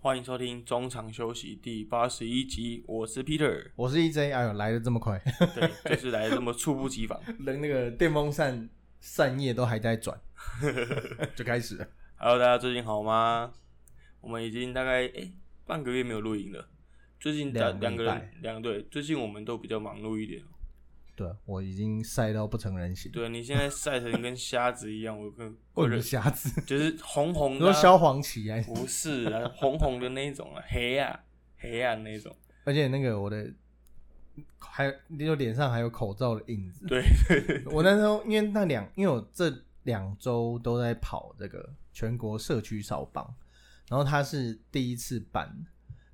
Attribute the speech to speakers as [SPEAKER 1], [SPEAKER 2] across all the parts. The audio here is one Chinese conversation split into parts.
[SPEAKER 1] 欢迎收听中场休息第八十一集，我是 Peter。
[SPEAKER 2] 我是 EJ，哎呦，来的这么 快，
[SPEAKER 1] 对， 就是来的这么猝不及防。
[SPEAKER 2] 连那个电风扇扇叶都还在 转，就开始了。
[SPEAKER 1] Hello，大家最近好吗？我们已经大概诶、半个月没有录影了。最近大两
[SPEAKER 2] 两
[SPEAKER 1] 个
[SPEAKER 2] 个
[SPEAKER 1] 人
[SPEAKER 2] 礼拜
[SPEAKER 1] 两对，最近我们都比较忙碌一点。
[SPEAKER 2] 对啊我已经晒到不成人形，
[SPEAKER 1] 对你现在晒成跟瞎子一样，我 跟
[SPEAKER 2] 我
[SPEAKER 1] 个
[SPEAKER 2] 有
[SPEAKER 1] 人
[SPEAKER 2] 瑕疵，
[SPEAKER 1] 就是红红
[SPEAKER 2] 哦你
[SPEAKER 1] 的
[SPEAKER 2] 说
[SPEAKER 1] 啊、
[SPEAKER 2] 消黄旗啊，
[SPEAKER 1] 不是啊，红红的那一种啊， 黑啊黑啊那一种。
[SPEAKER 2] 而且那个我的还有就脸上还有口罩的印子。
[SPEAKER 1] 对，
[SPEAKER 2] 我那时候因为那两，因为我这两周都在跑这个全国社区扫榜，然后他是第一次办，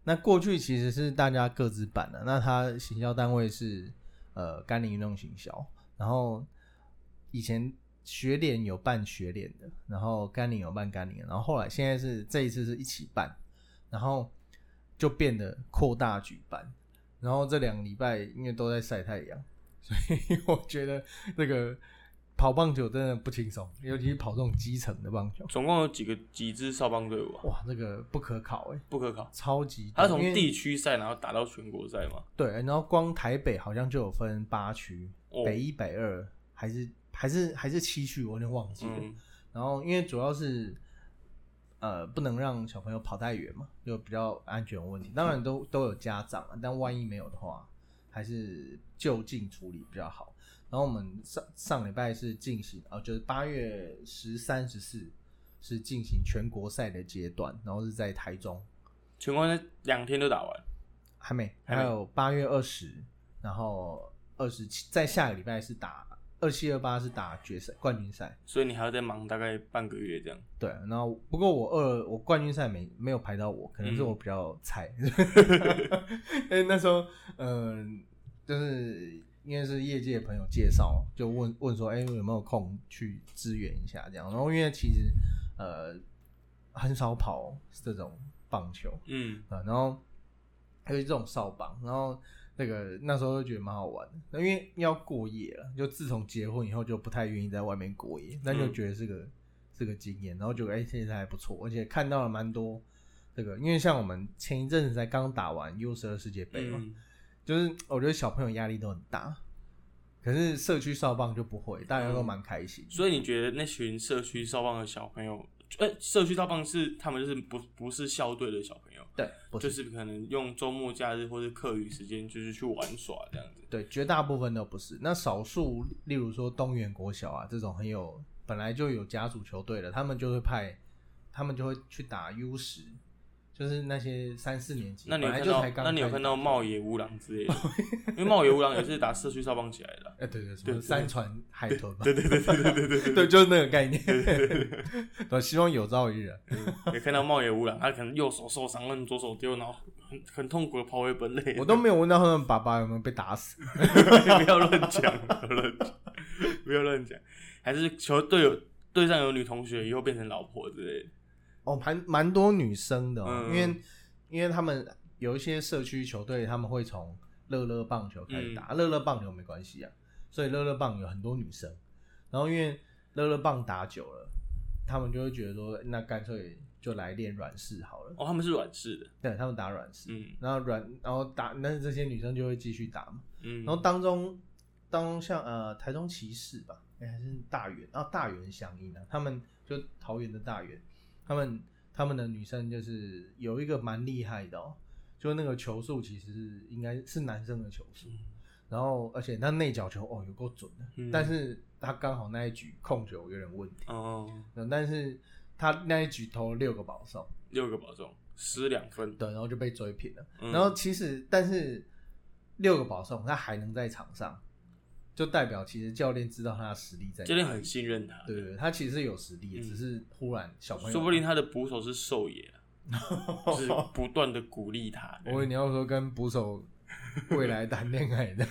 [SPEAKER 2] 那过去其实是大家各自办的，那他行销单位是呃甘宁运动行销，然后以前学联有办学联的，然后甘宁有办甘宁的，然后后来现在是这一次是一起办，然后就变得扩大举办，然后这两个礼拜因为都在晒太阳， 所以我觉得这个跑棒球真的不轻松，尤其是跑这种基层的棒球，
[SPEAKER 1] 总共有几个几支少棒队伍啊？
[SPEAKER 2] 哇，这个不可考哎、
[SPEAKER 1] 不可考。
[SPEAKER 2] 超级多
[SPEAKER 1] 他从
[SPEAKER 2] 因为
[SPEAKER 1] 地区赛然后打到全国赛嘛？
[SPEAKER 2] 对，然后光台北好像就有分八区，
[SPEAKER 1] 哦
[SPEAKER 2] 北一、北二，还是还是还是七区，我有点忘记了。
[SPEAKER 1] 嗯，
[SPEAKER 2] 然后因为主要是呃不能让小朋友跑太远嘛，就比较安全问题。当然都都有家长啊，但万一没有的话，还是就近处理比较好。然后我们上上礼拜是进行哦、就是八月十三、十四是进行全国赛的阶段，然后是在台中，
[SPEAKER 1] 全国赛两天就打完。
[SPEAKER 2] 还没，
[SPEAKER 1] 还
[SPEAKER 2] 还
[SPEAKER 1] 没
[SPEAKER 2] 有八月二十，然后二十七，在下个礼拜是打二七二八是打决赛冠军赛，
[SPEAKER 1] 所以你还要再忙大概半个月这样。
[SPEAKER 2] 对，然后不过我二我冠军赛没没有排到我，可能是我比较 菜，因为嗯那时候嗯、就是因为是业界朋友介绍，就问问说，哎、有没有空去支援一下这样，然后因为其实呃很少跑这种棒球，
[SPEAKER 1] 嗯，
[SPEAKER 2] 啊，然后还有这种扫榜，然后那个那时候就觉得蛮好玩的，那因为要过夜了，就自从结婚以后就不太愿意在外面过夜，那就
[SPEAKER 1] 嗯
[SPEAKER 2] 觉得这个、这个经验，然后就哎、现在还不错，而且看到了蛮多这个，因为像我们前一阵子才刚打完 U 十二世界杯嘛，
[SPEAKER 1] 嗯，
[SPEAKER 2] 就是我觉得小朋友压力都很大。可是社区扫棒就不会，大家都蛮开心。
[SPEAKER 1] 嗯所以你觉得那群社区少棒的小朋友，哎、社区少棒是他们就是不不是校队的小朋友，
[SPEAKER 2] 对，不
[SPEAKER 1] 就是是可能用周末假日或者课余时间就是去玩耍这样子。
[SPEAKER 2] 对，绝大部分都不是。那少数，例如说东原国小啊这种很有本来就有家族球队的，他们就会派，他们就会去打 U 十，就是那些三四年级。
[SPEAKER 1] 那你有
[SPEAKER 2] 本来
[SPEAKER 1] 看
[SPEAKER 2] 就才
[SPEAKER 1] 到
[SPEAKER 2] 刚
[SPEAKER 1] 那你有
[SPEAKER 2] 开始
[SPEAKER 1] 看到
[SPEAKER 2] 打
[SPEAKER 1] 茂野乌狼之 类的？因为茂野乌狼也是打社区少棒起来的啊、
[SPEAKER 2] 哎、对对，什
[SPEAKER 1] 对
[SPEAKER 2] 么
[SPEAKER 1] 对
[SPEAKER 2] 山川海豚嘛，
[SPEAKER 1] 对对对对对对 对
[SPEAKER 2] 对，就是那个概念。 我希望有朝一 日啊、
[SPEAKER 1] 嗯也看到茂野无染，他可能右手受伤，然后左手丢，然后很很痛苦的跑回本垒。
[SPEAKER 2] 我都没有问到他们爸爸有没有被打死。
[SPEAKER 1] 不要乱讲，不要乱讲，不要乱讲，还是求队友队上有女同学，以后变成老婆之类的。
[SPEAKER 2] 哦，蛮蛮多女生的、哦，
[SPEAKER 1] 嗯
[SPEAKER 2] 因为因为他们有一些社区球队，他们会从乐乐棒球开
[SPEAKER 1] 嗯
[SPEAKER 2] 始打，乐乐棒球没关系啊，所以乐乐棒有很多女生，然后因为乐乐棒打久了，他们就会觉得说，那干脆就来练软式好了，
[SPEAKER 1] 哦，他们是软式的，
[SPEAKER 2] 对他们打软式，
[SPEAKER 1] 嗯
[SPEAKER 2] 然后软然后打，那这些女生就会继续打嘛，
[SPEAKER 1] 嗯，
[SPEAKER 2] 然后当中当中像呃台中骑士吧，哎、还是大园，然后大园相应啊，他们就桃园的大园，他们他们的女生就是有一个蛮厉害的哦，就那个球速其实是应该是男生的球速，然后而且他内角球哦有够准的，
[SPEAKER 1] 嗯
[SPEAKER 2] 但是他刚好那一局控球有点问题，
[SPEAKER 1] 哦，
[SPEAKER 2] 那但是他那一局投了六个保送，
[SPEAKER 1] 六个保中，失两分，
[SPEAKER 2] 对，然后就被追平了。
[SPEAKER 1] 嗯
[SPEAKER 2] 然后其实，但是六个保送，他还能在场上，就代表其实教练知道他的实力在哪。
[SPEAKER 1] 教练很信任他，
[SPEAKER 2] 对对对，他其实有实力，
[SPEAKER 1] 嗯
[SPEAKER 2] 只是忽然小朋友，
[SPEAKER 1] 说不定他的捕手是兽野啊， 就是不断的鼓励他。
[SPEAKER 2] 我以为你要说跟 捕手未来谈恋爱的，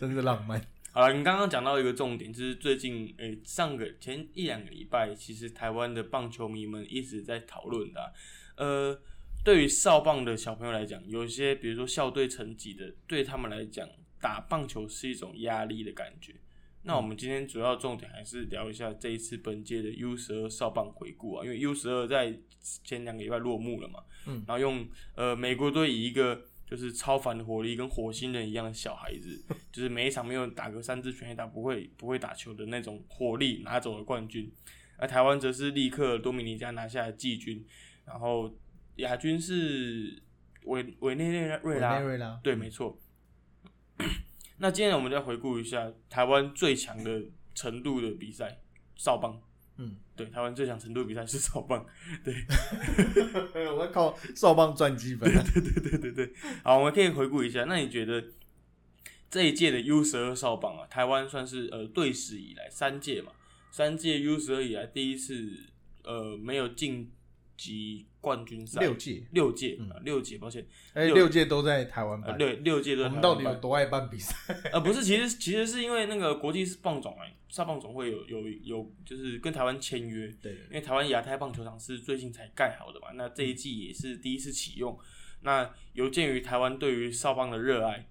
[SPEAKER 2] 真是浪漫。
[SPEAKER 1] 好了，你刚刚讲到一个重点，就是最近诶、上个前一两个礼拜，其实台湾的棒球迷们一直在讨论的啊、呃，对于少棒的小朋友来讲，有一些比如说校队成绩的，对他们来讲，打棒球是一种压力的感觉。那我们今天主要重点还是聊一下这一次本届的 U 十二少棒回顾啊，因为 U 十二在前两个礼拜落幕了嘛，
[SPEAKER 2] 嗯
[SPEAKER 1] 然后用呃美国队以一个就是超凡的火力跟火星人一样的小孩 子，就是每一场没有打个三支全垒打不会不会打球的那种火力拿走了冠军，而台湾则是立刻多米尼加拿下了季军，然后亚军是委委内瑞拉，
[SPEAKER 2] 委内瑞拉
[SPEAKER 1] 对，没错。 那今天我们再回顾一下台湾最强的程度的比赛，少棒。
[SPEAKER 2] 嗯，
[SPEAKER 1] 对，台湾最强程度的比赛是少棒。
[SPEAKER 2] 我靠，少棒赚基本啊，
[SPEAKER 1] 对对对对，好，我们可以回顾一下。那你觉得这一届的 U 十二少棒啊，台湾算是呃队史以来三届嘛，三届 U 十二以来第一次呃没有晋级冠军赛，
[SPEAKER 2] 六届，嗯
[SPEAKER 1] 六届、啊六届，抱歉，
[SPEAKER 2] 哎，六届都在台湾
[SPEAKER 1] 呃
[SPEAKER 2] 办，
[SPEAKER 1] 六六届都
[SPEAKER 2] 嗯我
[SPEAKER 1] 在
[SPEAKER 2] 们
[SPEAKER 1] 台湾
[SPEAKER 2] 到底
[SPEAKER 1] 办
[SPEAKER 2] 有多爱办比赛？
[SPEAKER 1] 呃，不是，其实其实是因为那个国际棒总哎，沙棒总会有有有，就是跟台湾签约，
[SPEAKER 2] 对，
[SPEAKER 1] 因为台湾亚太棒球场是最近才盖好的嘛，那
[SPEAKER 2] 嗯
[SPEAKER 1] 这一季也是第一次启用。那有鉴于台湾对于少棒的热爱，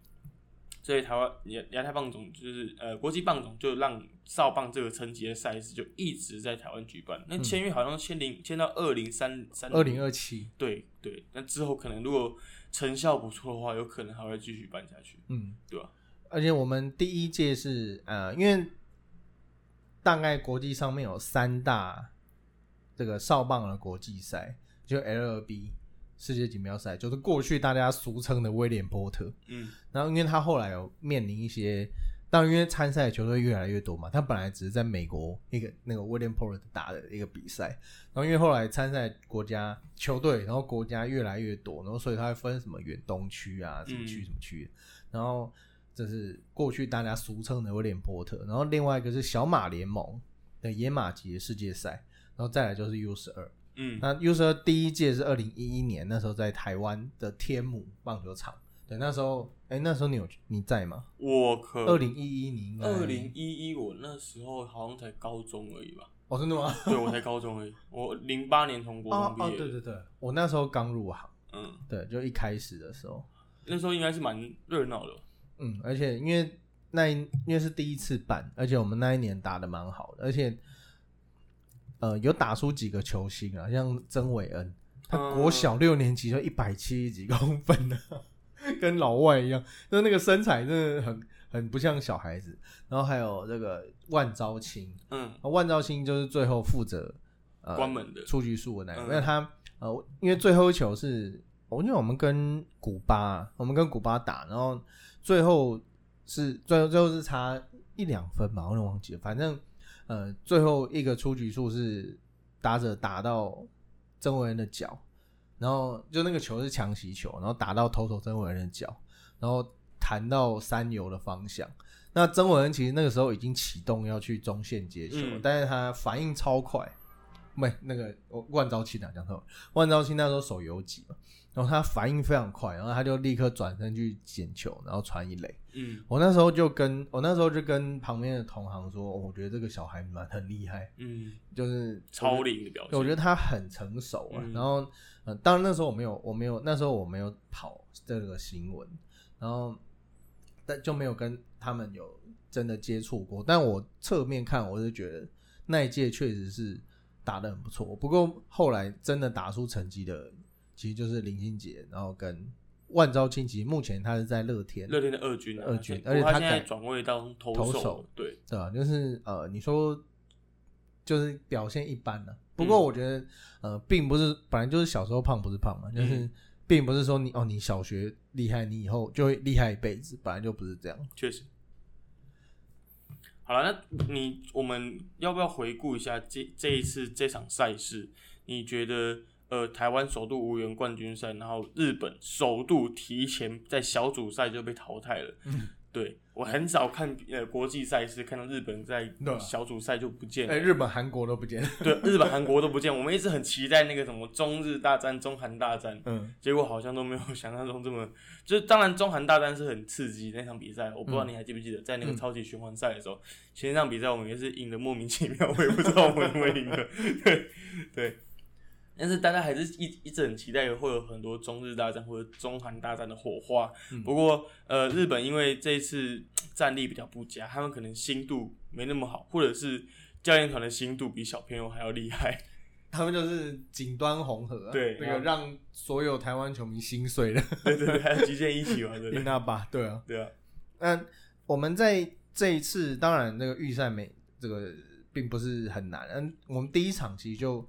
[SPEAKER 1] 所以台湾亚亚太棒总就是呃国际棒总就让少棒这个层级的赛事就一直在台湾举办。那签约好像签零签到二零三三
[SPEAKER 2] 嗯二零二七，
[SPEAKER 1] 对对，那之后可能如果成效不错的话，有可能还会继续办下去，
[SPEAKER 2] 嗯，
[SPEAKER 1] 对吧、
[SPEAKER 2] 而且我们第一届是呃，因为大概国际上面有三大这个少棒的国际赛，就 LB 世界锦标赛，就是过去大家俗称的威廉波特。
[SPEAKER 1] 嗯
[SPEAKER 2] 然后因为他后来有面临一些，当然因为参赛的球队越来越多嘛，他本来只是在美国一个那个 William Porter 打的一个比赛，然后因为后来参赛国家球队，然后国家越来越多，然后所以他会分什么远东区啊，什么区
[SPEAKER 1] 嗯
[SPEAKER 2] 什么区，然后这是过去大家俗称的威廉波特，然后另外一个是小马联盟的野马级的世界赛，然后再来就是 U 十二，
[SPEAKER 1] 嗯
[SPEAKER 2] 那 U 十二第一届是二零一一年，那时候在台湾的天母棒球场。对，那时候，哎、那时候你有你在吗？
[SPEAKER 1] 我可
[SPEAKER 2] 二零一一，你应该
[SPEAKER 1] 呃二零一一，我那时候好像才高中而已吧？
[SPEAKER 2] 哦，真的吗？
[SPEAKER 1] 对，我才高中而已。我零八年从国
[SPEAKER 2] 哦
[SPEAKER 1] 中毕
[SPEAKER 2] 哦，
[SPEAKER 1] 业
[SPEAKER 2] 对
[SPEAKER 1] 的，
[SPEAKER 2] 对对，我那时候刚入行，
[SPEAKER 1] 嗯，
[SPEAKER 2] 对，就一开始的时候，
[SPEAKER 1] 那时候应该是蛮热闹的。
[SPEAKER 2] 嗯，而且因为那一因为是第一次办，而且我们那一年打的蛮好的，而且呃有打出几个球星啊，像曾伟恩，他
[SPEAKER 1] 嗯
[SPEAKER 2] 国小六年级就一百七十几公分呢、 跟老外一样，就那个身材真的很很不像小孩子。然后还有这个万昭清，
[SPEAKER 1] 嗯，
[SPEAKER 2] 啊万昭清就是最后负责呃
[SPEAKER 1] 关门的，
[SPEAKER 2] 出局数的那一个，
[SPEAKER 1] 嗯
[SPEAKER 2] 因为他呃，因为最后一球是，我因为我们跟古巴，我们跟古巴打，然后最后是最后最后是差一两分吧，我有点忘记了，反正呃，最后一个出局数是打者打到曾文恩的脚，然后就那个球是强袭球，然后打到投手曾文恩的脚，然后弹到三游的方向。那曾文恩其实那个时候已经启动要去中线接球，
[SPEAKER 1] 嗯
[SPEAKER 2] 但是他反应超快，没那个我万昭清啊，讲错了，万昭清那时候手游几嘛，然后他反应非常快，然后他就立刻转身去捡球，然后传一垒。
[SPEAKER 1] 嗯
[SPEAKER 2] 我那时候就跟我那时候就跟旁边的同行说，哦我觉得这个小孩蛮很厉害，
[SPEAKER 1] 嗯，
[SPEAKER 2] 就是
[SPEAKER 1] 超龄的表
[SPEAKER 2] 对，我觉
[SPEAKER 1] 现。
[SPEAKER 2] 得他很成熟啊。
[SPEAKER 1] 嗯
[SPEAKER 2] 然后，呃，当然那时候我没有，我没有，那时候我没有跑这个新闻，然后但就没有跟他们有真的接触过。但我侧面看，我是觉得那一届确实是打得很不错。不过后来真的打出成绩的，其实就是林心杰，然后跟万昭清。其实目前他是在乐天，
[SPEAKER 1] 乐天的二军啊，
[SPEAKER 2] 二军
[SPEAKER 1] 不过
[SPEAKER 2] 而且他
[SPEAKER 1] 他现在
[SPEAKER 2] 改
[SPEAKER 1] 转位当投
[SPEAKER 2] 投手
[SPEAKER 1] 了对，
[SPEAKER 2] 对啊，就是呃，你说就是表现一般呢、不过
[SPEAKER 1] 嗯
[SPEAKER 2] 我觉得、呃，并不是本来就是小时候胖不是胖嘛，就是并不是说你哦，你小学厉害，你以后就会厉害一辈子，本来就不是这样。
[SPEAKER 1] 确实。好了，那你我们要不要回顾一下这这一次这场赛事？你觉得呃，台湾首度无缘冠军赛，然后日本首度提前在小组赛就被淘汰了。
[SPEAKER 2] 嗯，
[SPEAKER 1] 对我很少看呃国际赛事，看到日本在
[SPEAKER 2] 对啊
[SPEAKER 1] 小组赛就不见了
[SPEAKER 2] 哎，。日本、韩国都不见了。
[SPEAKER 1] 对，日本、韩国都不见，我们一直很期待那个什么中日大战、中韩大 战，
[SPEAKER 2] 嗯，
[SPEAKER 1] 结果好像都没有想象中这么。 就是当然，中韩大战是很刺激那场比赛，我不知道你还记不记得，在那个超级循环赛的时候，其实那场比赛我们也是赢得莫名其妙，我也不知道我们怎么赢的。 对对，但是大家还是一一直很期待会有很多中日大战或者中韩大战的火花。不过呃，日本因为这一次战力比较不佳，他们可能心度没那么好，或者是教练团的心度比小朋友还要厉害。
[SPEAKER 2] 他们就是锦端红河、啊，
[SPEAKER 1] 对
[SPEAKER 2] 那个让所有台湾球迷心碎的
[SPEAKER 1] 对对对，还有极限一起 玩的，
[SPEAKER 2] 那把，对啊。
[SPEAKER 1] 对啊，
[SPEAKER 2] 那我们在这一次，当然那个预赛没这个并不是很难，嗯，我们第一场其实就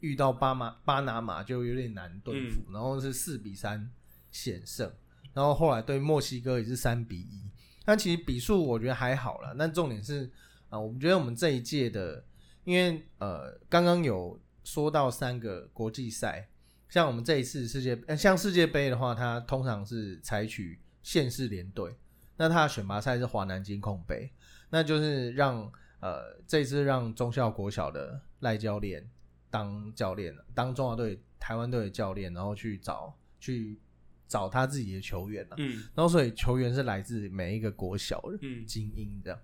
[SPEAKER 2] 遇到巴马巴拿马就有点难对付，然后是四比三险胜，然后后来对墨西哥也是三比一，那其实比数我觉得还好了，那重点是啊、我们觉得我们这一届的，因为呃刚刚有说到三个国际赛。像我们这一次世界，呃像世界杯的话，它通常是采取县市联队，那他的选拔赛是华南金控杯，那就是让呃这次让中校国小的赖教练当教练，当中华队台湾队的教练，然后去找去找他自己的球员啊
[SPEAKER 1] 嗯
[SPEAKER 2] 然后所以球员是来自每一个国小的
[SPEAKER 1] 嗯，
[SPEAKER 2] 精英这样。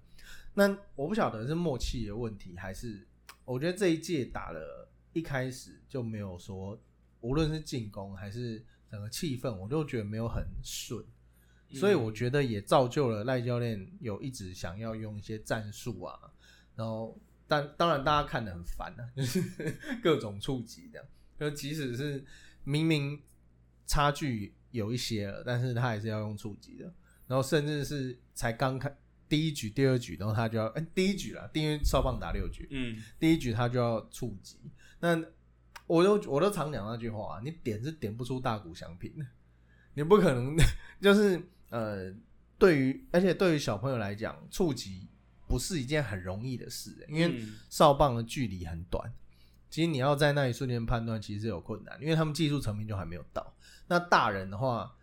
[SPEAKER 2] 那我不晓得是默契的问题，还是我觉得这一届打了一开始就没有说，无论是进攻还是整个气氛，我都觉得没有很顺。所以我觉得也造就了赖教练有一直想要用一些战术啊，然后但当然大家看得很烦啊，就是 各种触及的，就即使是明明差距有一些了，但是他还是要用触及的，然后甚至是才刚开第一局、第二局，然后他就要哎、第一局啦，因为少棒打六局，
[SPEAKER 1] 嗯
[SPEAKER 2] 第一局他就要触及，那我都我都常讲那句话、啊你点是点不出大谷翔平的，你不可能 就是呃，对于而且对于小朋友来讲，触及不是一件很容易的事，欸因为
[SPEAKER 1] 嗯
[SPEAKER 2] 少棒的距离很短，其实你要在那一瞬间判断其实有困难，因为他们技术层面就还没有到。那大人的话，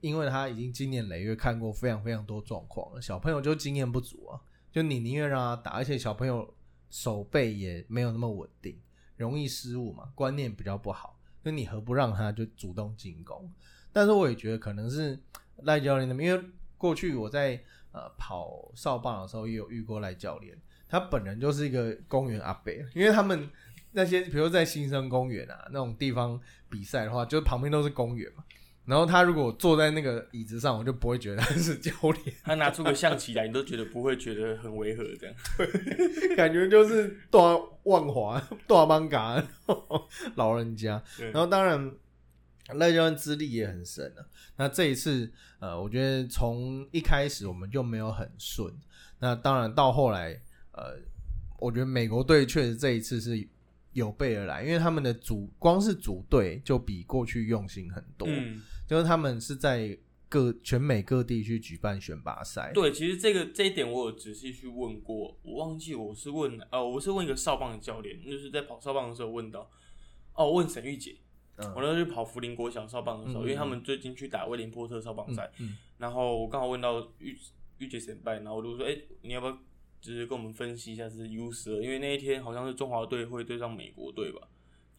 [SPEAKER 2] 因为他已经经验累月看过非常非常多状况了，小朋友就经验不足啊，就你宁愿让他打，而且小朋友手背也没有那么稳定，容易失误嘛，观念比较不好，就你何不让他就主动进攻？但是我也觉得可能是赖教练那边，因为过去我在呃跑少棒的时候也有遇过赖教练，他本人就是一个公园阿伯，因为他们那些比如说在新生公园啊那种地方比赛的话，就是旁边都是公园嘛。然后他如果坐在那个椅子上，我就不会觉得他是教练，
[SPEAKER 1] 他拿出个象棋来，你都觉得不会觉得很违和这 样。
[SPEAKER 2] 感觉就是大万华、大邦嘎然后老人家。
[SPEAKER 1] 对
[SPEAKER 2] 然后当然赖教练资历也很深啊。那这一次，呃，我觉得从一开始我们就没有很顺。那当然到后来，呃，我觉得美国队确实这一次是有备而来，因为他们的组光是组队就比过去用心很多，
[SPEAKER 1] 嗯，
[SPEAKER 2] 就是他们是在各全美各地去举办选拔赛。
[SPEAKER 1] 对，其实这个这一点我有仔细去问过，我忘记我是问呃，我是问一个少棒的教练，就是在跑少棒的时候问到，哦，我问沈玉姐，
[SPEAKER 2] 嗯
[SPEAKER 1] 我那时候去跑福林国小少棒的时候，
[SPEAKER 2] 嗯嗯
[SPEAKER 1] 因为他们最近去打威廉波特少棒赛，
[SPEAKER 2] 嗯
[SPEAKER 1] 然后我刚好问到玉玉姐沈拜，然后我就说，哎、你要不要就是跟我们分析一下是 U 十二？因为那一天好像是中华队会对上美国队吧，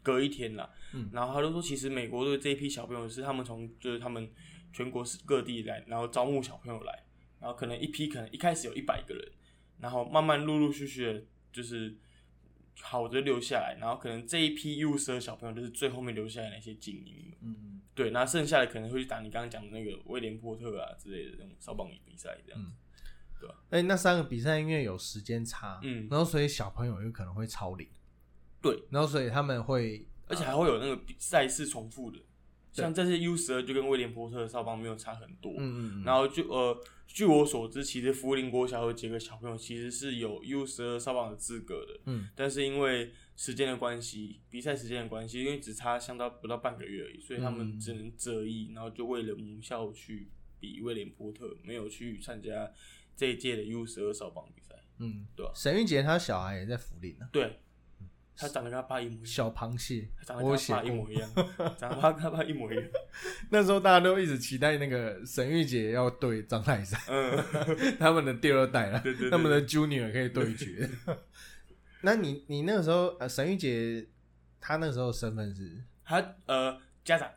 [SPEAKER 1] 隔一天啦。
[SPEAKER 2] 嗯
[SPEAKER 1] 然后他就说，其实美国队这一批小朋友是他们从就是他们全国各地来，然后招募小朋友来，然后可能一批可能一开始有一百个人，然后慢慢陆陆续续的，就是好的留下来，然后可能这一批 U 十二小朋友就是最后面留下来那些精英们。
[SPEAKER 2] 嗯，
[SPEAKER 1] 对，那剩下的可能会去打你刚刚讲的那个威廉波特啊之类的那种少棒比赛这样子。
[SPEAKER 2] 哎，那三个比赛因为有时间差，
[SPEAKER 1] 嗯
[SPEAKER 2] 然后所以小朋友有可能会超龄，
[SPEAKER 1] 对，
[SPEAKER 2] 然后所以他们会
[SPEAKER 1] 而且还会有那个比赛是重复的，
[SPEAKER 2] 对
[SPEAKER 1] 像这些 U 十二就跟威廉波特的少棒没有差很多。
[SPEAKER 2] 嗯嗯，
[SPEAKER 1] 然后就呃，据我所知，其实福林国小有几个小朋友其实是有 U 十二少棒的资格的，
[SPEAKER 2] 嗯
[SPEAKER 1] 但是因为时间的关系，比赛时间的关系，因为只差相当不到半个月而已，所以他们
[SPEAKER 2] 嗯
[SPEAKER 1] 只能择一，然后就为了母校去比威廉波特，没有去参加这一届的 U 十二少棒比赛。
[SPEAKER 2] 嗯，
[SPEAKER 1] 对啊
[SPEAKER 2] 沈玉杰他小孩也在福林啊，
[SPEAKER 1] 对，他长得跟他爸一模一样，
[SPEAKER 2] 小螃蟹
[SPEAKER 1] 他长，得
[SPEAKER 2] 我有
[SPEAKER 1] 跟
[SPEAKER 2] 写
[SPEAKER 1] 他爸一
[SPEAKER 2] 过。
[SPEAKER 1] 模一样，长得跟他爸一模一样。
[SPEAKER 2] 那时候大家都一直期待那个沈玉杰要对张泰 山，
[SPEAKER 1] 嗯，
[SPEAKER 2] 他们的第二代了，
[SPEAKER 1] 对对对
[SPEAKER 2] 他们的 Junior 可以对决。 那你你那个时候，呃，沈玉杰他那时候身份是
[SPEAKER 1] 他呃家长，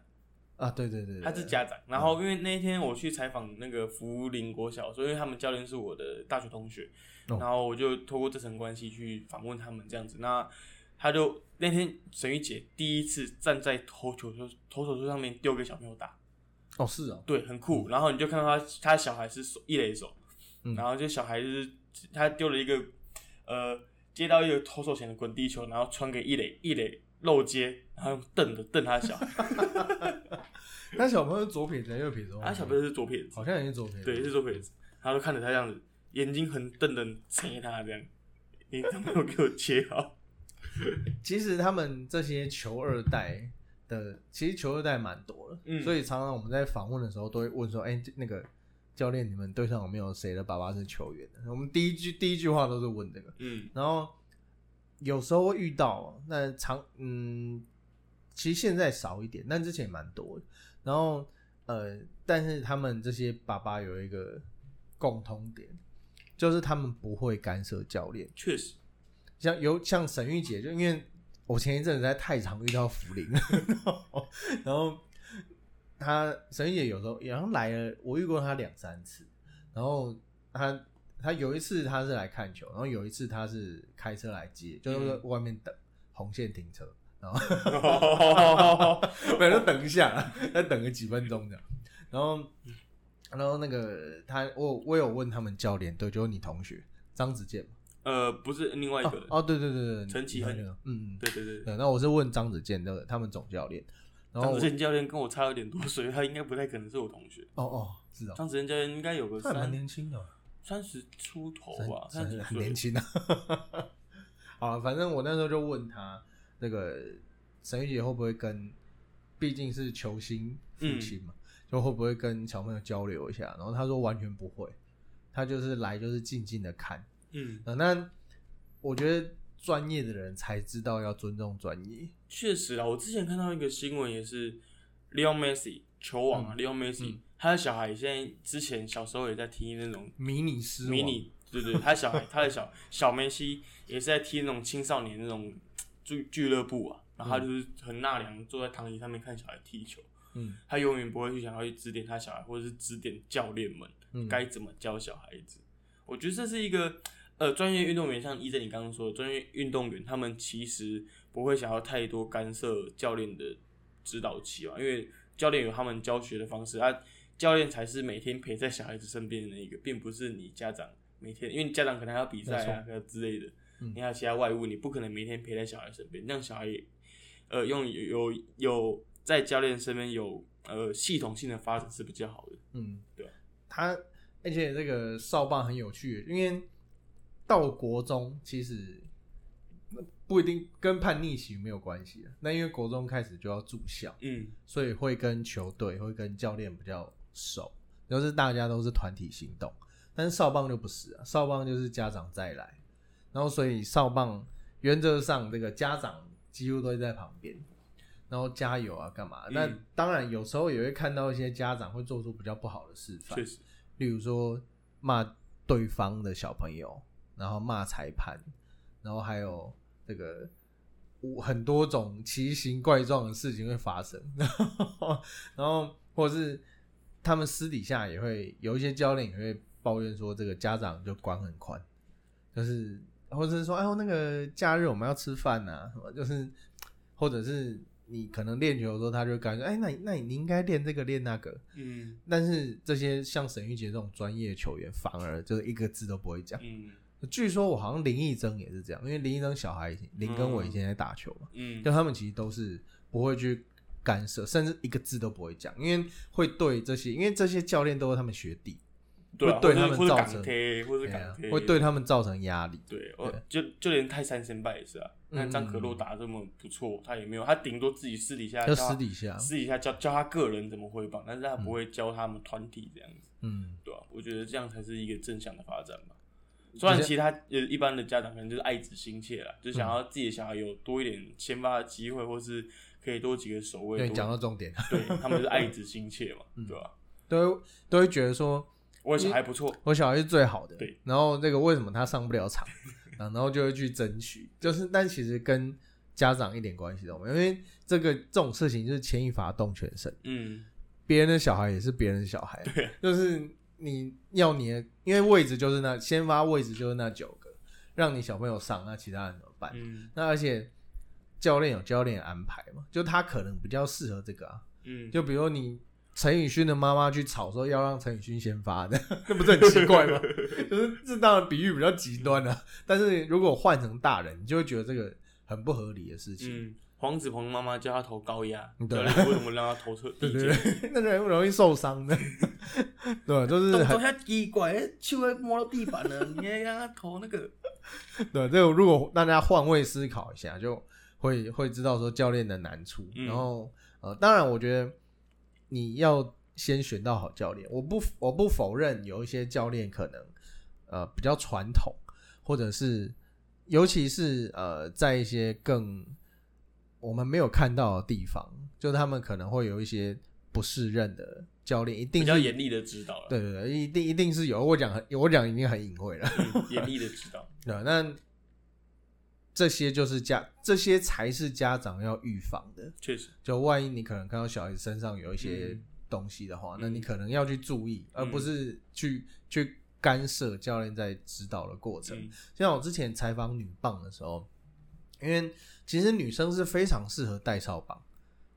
[SPEAKER 2] 啊，对对对，对嗯
[SPEAKER 1] 他是家长。然后因为那一天我去采访那个福林国小，所以他们教练是我的大学同学，
[SPEAKER 2] 哦
[SPEAKER 1] 然后我就透过这层关系去访问他们这样子。那他就那天沈玉姐第一次站在投球球投手球上面丢给小朋友打，
[SPEAKER 2] 哦是哦，
[SPEAKER 1] 对，很酷。然后你就看到他他小孩是手一垒手，
[SPEAKER 2] 嗯
[SPEAKER 1] 然后就小孩就是他丢了一个呃接到一个投手前的滚地球，然后传给一垒，一垒漏接，然后用瞪的瞪他小孩，
[SPEAKER 2] 哦那小朋友是左撇子还是右撇子？
[SPEAKER 1] 啊他小朋友是左撇子，
[SPEAKER 2] 好像也是左撇子。
[SPEAKER 1] 对，是左撇子，他就看着他这样子，眼睛很瞪的切他这样，你他没有给我切好，
[SPEAKER 2] 其实他们这些球二代的，其实球二代蛮多的，
[SPEAKER 1] 嗯
[SPEAKER 2] 所以常常我们在访问的时候都会问说：“哎、这那个教练，你们队上有没有谁的爸爸是球员的？”我们第一句第一句话都是问这个，
[SPEAKER 1] 嗯
[SPEAKER 2] 然后有时候会遇到，那常嗯，其实现在少一点，但之前也蛮多的。然后呃，但是他们这些爸爸有一个共通点，就是他们不会干涉教练。
[SPEAKER 1] 确实，
[SPEAKER 2] 像有像沈玉姐，就因为我前一阵子在太常遇到福林， 然后然后她沈玉姐有时候然后来了，我遇过她两三次，然后她她有一次她是来看球，然后有一次她是开车来接，就是
[SPEAKER 1] 嗯
[SPEAKER 2] 说外面等红线停 车，然后没有就等一下，再等个几分钟这样，然后然后那个她我我有问他们教练，对，就是你同学张子健嘛。
[SPEAKER 1] 呃，不是另外一个人，
[SPEAKER 2] 哦，哦对对对对，
[SPEAKER 1] 陈启
[SPEAKER 2] 你
[SPEAKER 1] 亨
[SPEAKER 2] 那个，嗯嗯，
[SPEAKER 1] 对对对。
[SPEAKER 2] 对。那我是问张子健的他们总教练，然后
[SPEAKER 1] 张
[SPEAKER 2] 我
[SPEAKER 1] 子健教练哦跟我差有点多岁，他应该不太可能是我同学。
[SPEAKER 2] 哦哦，是哦，
[SPEAKER 1] 张子健教练应该有个
[SPEAKER 2] 他还蛮
[SPEAKER 1] 三
[SPEAKER 2] 年轻的，
[SPEAKER 1] 三十出头
[SPEAKER 2] 很
[SPEAKER 1] 吧，三
[SPEAKER 2] 很
[SPEAKER 1] 十
[SPEAKER 2] 很年轻的。啊 好了，反正我那时候就问他，那个沈玉姐会不会跟，毕竟是球星父
[SPEAKER 1] 嗯
[SPEAKER 2] 亲嘛，就会不会跟小朋友交流一下？然后他说完全不会，他就是来就是静静的看，
[SPEAKER 1] 嗯，
[SPEAKER 2] 啊，那我觉得专业的人才知道要尊重专业，
[SPEAKER 1] 确实啊，我之前看到一个新闻，也是 Leo Messi 球王啊、l e o Messi，、他的小孩现在之前小时候也在踢那种
[SPEAKER 2] 迷你狮王
[SPEAKER 1] 迷你，对对，他小孩他的小小梅西也是在踢那种青少年那种俱俱乐部啊，然后他就是很纳凉，坐在躺椅上面看小孩踢球，
[SPEAKER 2] 嗯
[SPEAKER 1] 他永远不会去想要去指点他小孩，或者是指点教练们。
[SPEAKER 2] 嗯
[SPEAKER 1] 该怎么教小孩子。我觉得这是一个呃，专业运动员，像医生你刚刚说的，专业运动员他们其实不会想要太多干涉教练的指导期啊，因为教练有他们教学的方式，啊，教练才是每天陪在小孩子身边的那一个，并不是你家长每天，因为你家长可能还要比赛啊之类的，
[SPEAKER 2] 嗯
[SPEAKER 1] 你还有其他外务，你不可能每天陪在小孩身边，让小孩也呃用有有有在教练身边有呃系统性的发展是比较好的。
[SPEAKER 2] 嗯，
[SPEAKER 1] 对啊
[SPEAKER 2] 他而且这个扫把很有趣，因为到国中其实不一定跟叛逆期没有关系啊那因为国中开始就要住校，
[SPEAKER 1] 嗯，
[SPEAKER 2] 所以会跟球队、会跟教练比较熟，就是大家都是团体行动。但是少棒就不是啊，少棒就是家长再来，然后所以少棒原则上这个家长几乎都会在旁边，然后加油啊干嘛？
[SPEAKER 1] 嗯
[SPEAKER 2] 那当然有时候也会看到一些家长会做出比较不好的示范
[SPEAKER 1] 确，实。
[SPEAKER 2] 例如说骂对方的小朋友，然后骂裁判，然后还有这个无很多种奇形怪状的事情会发生，然后然后或者是他们私底下也会有一些教练也会抱怨说，这个家长就管很宽，就是或者是说，哎呦那个假日我们要吃饭呐、什么就是或者是。你可能练球的时候，他就感觉，哎，那你那你你应该练这个练那个，
[SPEAKER 1] 嗯
[SPEAKER 2] 但是这些像沈玉杰这种专业球员，反而就是一个字都不会讲。
[SPEAKER 1] 嗯
[SPEAKER 2] 据说我好像林义珍也是这样，因为林义珍小孩以前林跟我以前在打球嘛，
[SPEAKER 1] 嗯
[SPEAKER 2] 就他们其实都是不会去干涉，甚至一个字都不会讲，因为会对这些，因为这些教练都是他们学弟，
[SPEAKER 1] 对啊，
[SPEAKER 2] 会对
[SPEAKER 1] 或者
[SPEAKER 2] 他们
[SPEAKER 1] 或者
[SPEAKER 2] 造
[SPEAKER 1] 港
[SPEAKER 2] 成
[SPEAKER 1] 贴，或者
[SPEAKER 2] 哎
[SPEAKER 1] 港
[SPEAKER 2] 呀
[SPEAKER 1] 贴，
[SPEAKER 2] 会对他们造成压力。
[SPEAKER 1] 对，哦
[SPEAKER 2] 对，
[SPEAKER 1] 就就连泰山先败也是啊。那
[SPEAKER 2] 嗯
[SPEAKER 1] 张可洛打得这么不错，他也没有，他顶多自己私底下
[SPEAKER 2] 就
[SPEAKER 1] 教他
[SPEAKER 2] 私底下
[SPEAKER 1] 私底下教教他个人怎么挥棒，但是他不会教他们团体这样子，
[SPEAKER 2] 嗯，
[SPEAKER 1] 对啊吧？我觉得这样才是一个正向的发展吧。虽然其他呃一般的家长可能就是爱子心切啦，
[SPEAKER 2] 嗯
[SPEAKER 1] 就想要自己的小孩有多一点先发的机会，或是可以多几个守卫
[SPEAKER 2] 对，你
[SPEAKER 1] 多，
[SPEAKER 2] 讲到嗯重点，
[SPEAKER 1] 对他们就是爱子心切 嘛，对吧？
[SPEAKER 2] 都会都会觉得说
[SPEAKER 1] 我的小孩不错，
[SPEAKER 2] 我小孩是最好的，
[SPEAKER 1] 对。
[SPEAKER 2] 然后那个为什么他上不了场，啊然后就会去争取，就是但其实跟家长一点关系都没有，因为这个这种事情就是牵一发动全身，
[SPEAKER 1] 嗯，
[SPEAKER 2] 别人的小孩也是别人的小孩，啊
[SPEAKER 1] 对，
[SPEAKER 2] 就是你要你的，因为位置就是那先发位置就是那九个，让你小朋友上，那其他人怎么办？
[SPEAKER 1] 嗯
[SPEAKER 2] 那而且教练有教练安排嘛，就他可能比较适合这个啊，
[SPEAKER 1] 嗯，
[SPEAKER 2] 就比如你陈宇勋的妈妈去吵说要让陈宇勋先 发的，那不是很奇怪吗？就是这当然比喻比较极端啊，但是如果换成大人，你就会觉得这个很不合理的事情。
[SPEAKER 1] 嗯，黄子鹏妈妈叫他投高压，
[SPEAKER 2] 对
[SPEAKER 1] 教练为什么让他投车
[SPEAKER 2] 对
[SPEAKER 1] 低
[SPEAKER 2] 对
[SPEAKER 1] 阶？
[SPEAKER 2] 对， 那个人容易受伤的， 对，啊就是很
[SPEAKER 1] 投下奇怪，球还摸到地板 了，你还让他投那个？
[SPEAKER 2] 对，这个如果大家换位思考一下，就会会知道说教练的难处。
[SPEAKER 1] 嗯
[SPEAKER 2] 然后呃，当然我觉得你要先选到好教练，我不我不否认有一些教练可能呃比较传统，或者是尤其是呃在一些更我们没有看到的地方，就他们可能会有一些不适任的教练，一定
[SPEAKER 1] 比较
[SPEAKER 2] 是
[SPEAKER 1] 严厉的指导了，
[SPEAKER 2] 对对对，一定一定是有。我讲很我讲已经很隐晦了。
[SPEAKER 1] 嗯严厉的指 导。
[SPEAKER 2] 对，啊那这些就是家，这些才是家长要预防的。
[SPEAKER 1] 确实，
[SPEAKER 2] 就万一你可能看到小孩子身上有一些
[SPEAKER 1] 嗯
[SPEAKER 2] 东西的话，
[SPEAKER 1] 嗯
[SPEAKER 2] 那你可能要去注意，而不是去去干涉教练在指导的过程。
[SPEAKER 1] 嗯
[SPEAKER 2] 像我之前采访女棒的时候，因为其实女生是非常适合带扫棒，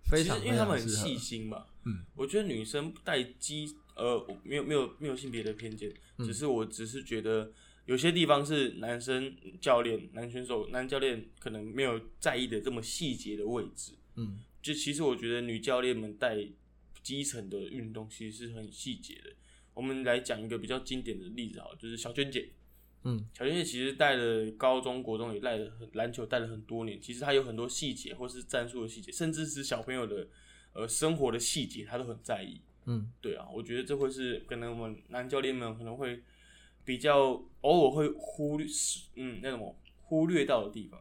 [SPEAKER 2] 非
[SPEAKER 1] 其实
[SPEAKER 2] 常
[SPEAKER 1] 因为他们
[SPEAKER 2] 非
[SPEAKER 1] 很
[SPEAKER 2] 常适合
[SPEAKER 1] 细心嘛。
[SPEAKER 2] 嗯，
[SPEAKER 1] 我觉得女生带鸡，呃，我没有没有没有性别的偏见，
[SPEAKER 2] 嗯
[SPEAKER 1] 只是我只是觉得有些地方是男生教练、男选手、男教练可能没有在意的这么细节的位置。
[SPEAKER 2] 嗯
[SPEAKER 1] 就其实我觉得女教练们带基层的运动其实是很细节的。我们来讲一个比较经典的例子好了，就是小娟姐。
[SPEAKER 2] 嗯
[SPEAKER 1] 小娟姐其实带了高中、国中也带了很篮球，带了很多年。其实她有很多细节，或是战术的细节，甚至是小朋友的呃生活的细节，她都很在意。
[SPEAKER 2] 嗯
[SPEAKER 1] 对啊，我觉得这会是可能我们男教练们可能会比较偶尔会忽略，嗯，那什么忽略到的地方。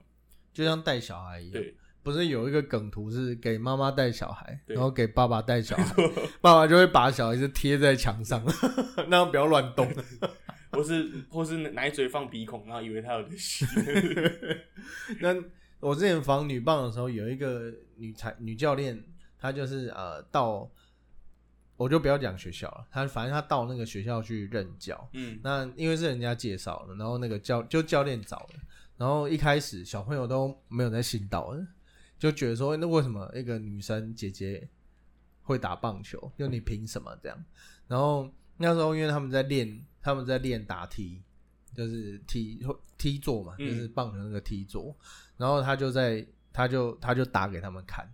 [SPEAKER 2] 就像带小孩一样。
[SPEAKER 1] 对，
[SPEAKER 2] 不是有一个梗图是给妈妈带小孩，
[SPEAKER 1] 对
[SPEAKER 2] 然后给爸爸带小孩，爸爸就会把小孩子贴在 墙上，让他不要乱动。
[SPEAKER 1] 或是或是奶嘴放鼻孔，然后以为他有点 吸。
[SPEAKER 2] 那我之前防女棒的时候，有一个女才女教练，她就是呃到，我就不要讲学校了，她反正她到那个学校去任教，
[SPEAKER 1] 嗯
[SPEAKER 2] 那因为是人家介绍的，然后那个教就教练找的，然后一开始小朋友都没有在信道的，就觉得说那为什么一个女生姐姐会打棒球，就你凭什么这样？然后那时候因为他们在练，他们在练打踢，就是踢踢座嘛，就
[SPEAKER 1] 嗯
[SPEAKER 2] 是棒球那个踢座，然后他就在他就他就打给他们看，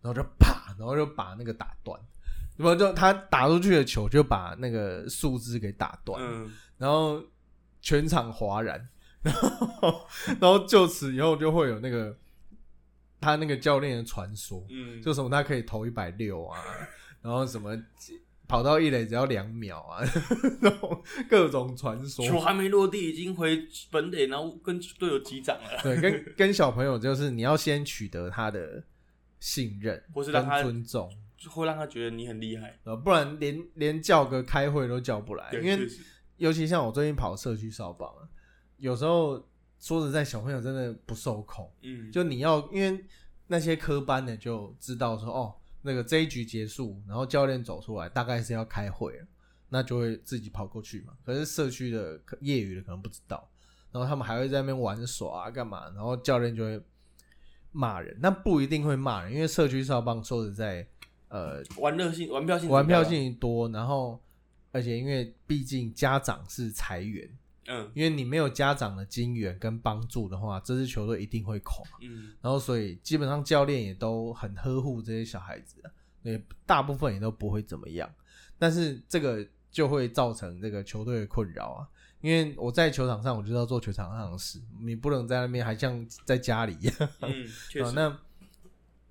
[SPEAKER 2] 然后就啪，然后就把那个打断。然后就他打出去的球就把那个树枝给打断，
[SPEAKER 1] 嗯，
[SPEAKER 2] 然后全场哗然， 然后然后就此以后就会有那个他那个教练的传说，
[SPEAKER 1] 嗯，
[SPEAKER 2] 就什么他可以投一百六啊， 然后什么跑到一垒只要两秒啊， 然后各种传
[SPEAKER 1] 球
[SPEAKER 2] 说。
[SPEAKER 1] 还没落地，已经回本垒，然后跟队友击掌了，
[SPEAKER 2] 对，跟跟小朋友就是你要先取得他的信任，
[SPEAKER 1] 或是让他
[SPEAKER 2] 尊重，
[SPEAKER 1] 就会让他觉得你很厉害。
[SPEAKER 2] 呃，不然连连叫个开会都叫不来，
[SPEAKER 1] 对，
[SPEAKER 2] 哎因为
[SPEAKER 1] 确实
[SPEAKER 2] 尤其像我最近跑社区扫榜啊，有时候说实在，小朋友真的不受控。
[SPEAKER 1] 嗯，
[SPEAKER 2] 就你要因为那些科班的就知道说，哦，那个这一局结束，然后教练走出来，大概是要开会了，那就会自己跑过去嘛。可是社区的可业余的可能不知道，然后他们还会在那边玩耍啊，干嘛？然后教练就会骂人，但不一定会骂人，因为社区少棒说实在，呃，
[SPEAKER 1] 玩乐性、玩票性、
[SPEAKER 2] 玩票，性多，然后而且因为毕竟家长是裁员，
[SPEAKER 1] 嗯
[SPEAKER 2] 因为你没有家长的金援跟帮助的话，这支球队一定会垮。
[SPEAKER 1] 嗯，
[SPEAKER 2] 然后所以基本上教练也都很呵护这些小孩子啊，也大部分也都不会怎么样。但是这个就会造成这个球队的困扰啊，因为我在球场上我就要做球场上的事，你不能在那边还像在家里一样。
[SPEAKER 1] 嗯，确
[SPEAKER 2] 啊
[SPEAKER 1] 实，
[SPEAKER 2] 那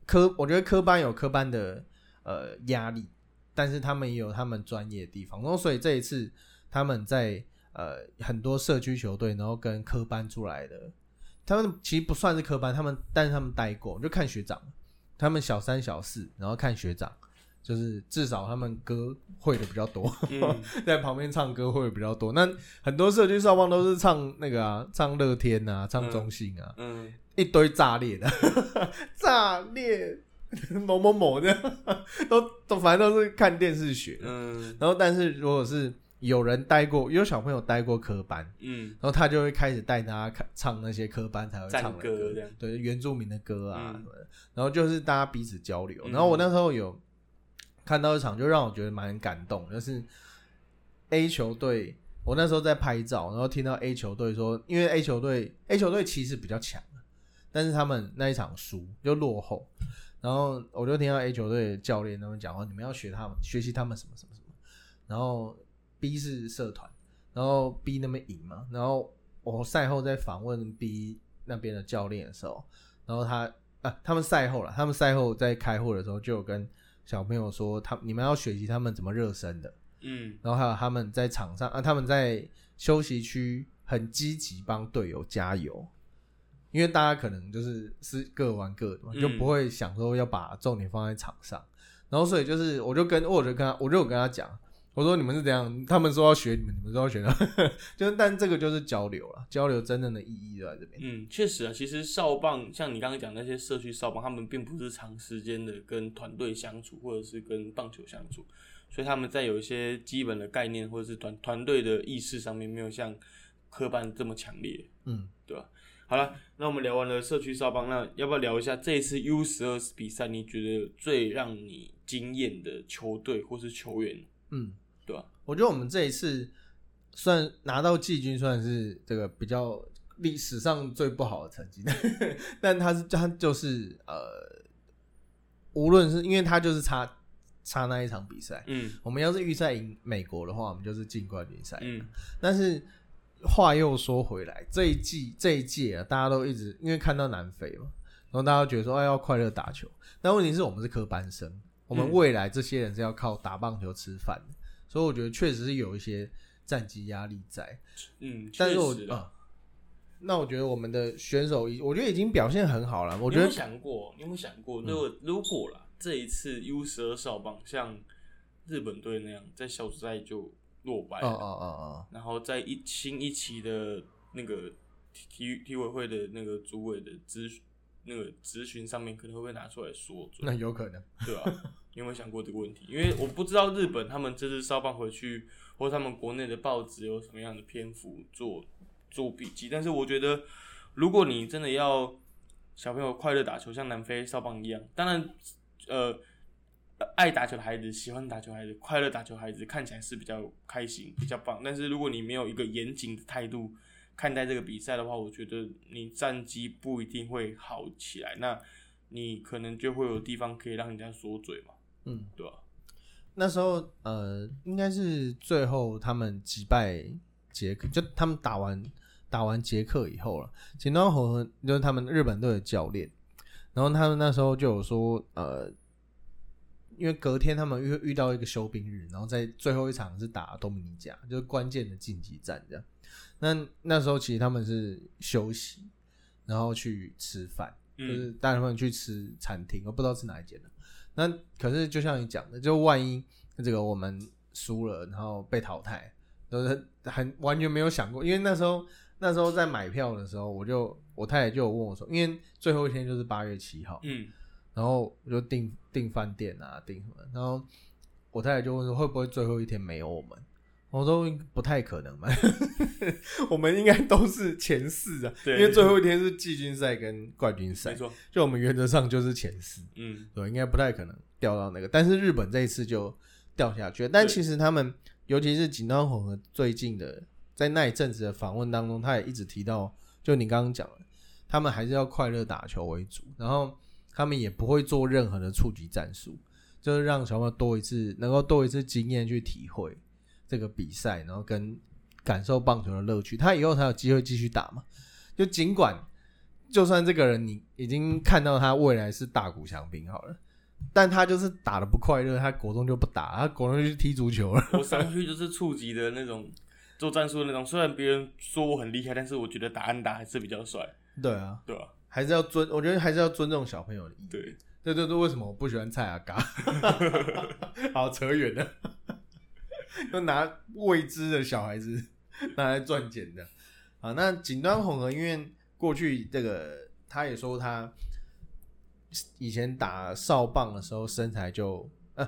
[SPEAKER 2] 科我觉得科班有科班的呃压力，但是他们也有他们专业的地方。然后所以这一次他们在呃很多社区球队，然后跟科班出来的，他们其实不算是科班，他们但是他们待过，就看学长，他们小三小四，然后看学长。就是至少他们歌会的比较多，
[SPEAKER 1] 嗯
[SPEAKER 2] 在旁边唱歌会的比较多。那很多社区少棒都是唱那个啊，唱乐天啊，唱
[SPEAKER 1] 嗯
[SPEAKER 2] 中信啊，
[SPEAKER 1] 嗯，
[SPEAKER 2] 一堆炸裂的， 炸裂 某某某这样， 都都反正都是看电视学的。
[SPEAKER 1] 嗯
[SPEAKER 2] 然后，但是如果是有人待过，有小朋友待过科班，
[SPEAKER 1] 嗯
[SPEAKER 2] 然后他就会开始带大家看唱那些科班才会
[SPEAKER 1] 赞
[SPEAKER 2] 呃唱的
[SPEAKER 1] 歌
[SPEAKER 2] 歌
[SPEAKER 1] 这样
[SPEAKER 2] 对原住民的歌啊
[SPEAKER 1] 嗯
[SPEAKER 2] 什么的。然后就是大家彼此交流。
[SPEAKER 1] 嗯
[SPEAKER 2] 然后我那时候有看到一场就让我觉得蛮感动，就是 A 球队，我那时候在拍照，然后听到 A 球队说，因为 A 球队 A 球队其实比较强，啊但是他们那一场输就落后，然后我就听到 A 球队的教练他们讲话，你们要学他们，学习他们什么什么什么，然后 B 是社团，然后 B 那边赢嘛，然后我赛后在访问 B 那边的教练的时候，然后他啊，他们赛后了，他们赛后在开会的时候就有跟小朋友说，他你们要学习他们怎么热身的，
[SPEAKER 1] 嗯
[SPEAKER 2] 然后还有他们在场上啊，他们在休息区很积极帮队友加油，因为大家可能就是是各玩各的嘛，
[SPEAKER 1] 嗯
[SPEAKER 2] 就不会想说要把重点放在场上。然后所以就是，我就跟我就跟他，我就有跟他讲，我说你们是怎样，他们说要学你们，你们说要学他们， 就是但这个就是交流了，交流真正的意义就在这边。
[SPEAKER 1] 嗯，确实啊，其实少棒像你刚刚讲那些社区少棒，他们并不是长时间的跟团队相处，或者是跟棒球相处，所以他们在有一些基本的概念或者是团团队的意识上面，没有像科班这么强烈。
[SPEAKER 2] 嗯，
[SPEAKER 1] 好了，那我们聊完了社区少棒，那要不要聊一下这一次 U 十二比赛？你觉得最让你惊艳的球队或是球员？
[SPEAKER 2] 嗯，
[SPEAKER 1] 对啊
[SPEAKER 2] 我觉得我们这一次算拿到季军，算是这个比较历史上最不好的成绩， 但他是他就是呃，无论是因为他就是差差那一场比赛，
[SPEAKER 1] 嗯
[SPEAKER 2] 我们要是预赛赢美国的话，我们就是进冠军赛，
[SPEAKER 1] 嗯
[SPEAKER 2] 但是话又说回来，这一季这一届啊，大家都一直因为看到南非嘛，然后大家都觉得说，哎，要快乐打球。但问题是我们是科班生，我们
[SPEAKER 1] 嗯
[SPEAKER 2] 未来这些人是要靠打棒球吃饭的，所以我觉得确实是有一些战绩压力在。
[SPEAKER 1] 嗯，
[SPEAKER 2] 但
[SPEAKER 1] 确
[SPEAKER 2] 是我
[SPEAKER 1] 实啊。
[SPEAKER 2] 啊、那我觉得我们的选手已，我觉得已经表现很好了。我
[SPEAKER 1] 你
[SPEAKER 2] 觉
[SPEAKER 1] 有没有
[SPEAKER 2] 得
[SPEAKER 1] 想过，你有没有想过，如果、如果啦，这一次 U 十二少棒像日本队那样，在小组赛就落败了，
[SPEAKER 2] 哦哦哦
[SPEAKER 1] 然后在一新一期的那个体体育体委会的那个组委的咨询那个咨询上面，可能会被拿出来说
[SPEAKER 2] 哦，那有可能。
[SPEAKER 1] 对啊， 你有没有想过这个问题？因为我不知道日本他们这次烧棒回去，或他们国内的报纸有什么样的篇幅做做笔记，但是我觉得，如果你真的要小朋友快乐打球，像南非烧棒一样，当然，呃。呃爱打球的孩子，喜欢打球的孩子，快乐打球的孩子，看起来是比较开心、比较棒。但是如果你没有一个严谨的态度看待这个比赛的话，我觉得你战绩不一定会好起来。那你可能就会有地方可以让人家说嘴嘛，
[SPEAKER 2] 嗯，
[SPEAKER 1] 对吧、
[SPEAKER 2] 那时候呃，应该是最后他们击败捷克，就他们打完打完捷克以后了，井端弘和就是他们日本队的教练，然后他们那时候就有说，呃，因为隔天他们遇遇到一个休兵日，然后在最后一场是打多米尼加，就是关键的晋级战这样。那那时候其实他们是休息，然后去吃饭。就是
[SPEAKER 1] 嗯
[SPEAKER 2] 带他们去吃餐厅，我不知道是哪一间的。那可是就像你讲的，就万一这个我们输了，然后被淘汰，都是很完全没有想过，因为那时候那时候在买票的时候，我就我太太就有问我说，因为最后一天就是八月七号，
[SPEAKER 1] 嗯
[SPEAKER 2] 然后我就订订饭店啊，订什么，然后我太太就问说会不会最后一天没有我们。我说不太可 能嘛，我们应该都是前四啊，因
[SPEAKER 1] 对
[SPEAKER 2] 为最后一天是季军赛跟冠军赛
[SPEAKER 1] 没，错，
[SPEAKER 2] 就我们原则上就是前四，
[SPEAKER 1] 嗯
[SPEAKER 2] 对，应该不太可能掉到那个。但是日本这一次就掉下去了，但
[SPEAKER 1] 对
[SPEAKER 2] 其实他们，尤其是井端混合最近的在那一阵子的访问当中，他也一直提到，就你刚刚讲了，他们还是要快乐打球为主，然后他们也不会做任何的触及战术，就是让小朋友多一次能够多一次经验去体会这个比赛，然后跟感受棒球的乐趣。他以后才有机会继续打嘛。就尽管就算这个人你已经看到他未来是大谷翔平好了，但他就是打的不快乐，他国中就不打，他国中就去踢足球了。
[SPEAKER 1] 我上去就是触及的那种做战术的那种，虽然别人说我很厉害，但是我觉得打安打还是比较帅，
[SPEAKER 2] 对啊，
[SPEAKER 1] 对吧、
[SPEAKER 2] 还是要尊，我觉得还是要尊重小朋友的意见。
[SPEAKER 1] 对，
[SPEAKER 2] 对对对，为什么我不喜欢蔡阿嘎？ 好扯远了， 又拿未知的小孩子 拿来赚钱的。啊，那锦端红和因为过去这个他也说他以前打少棒的时候身材就呃，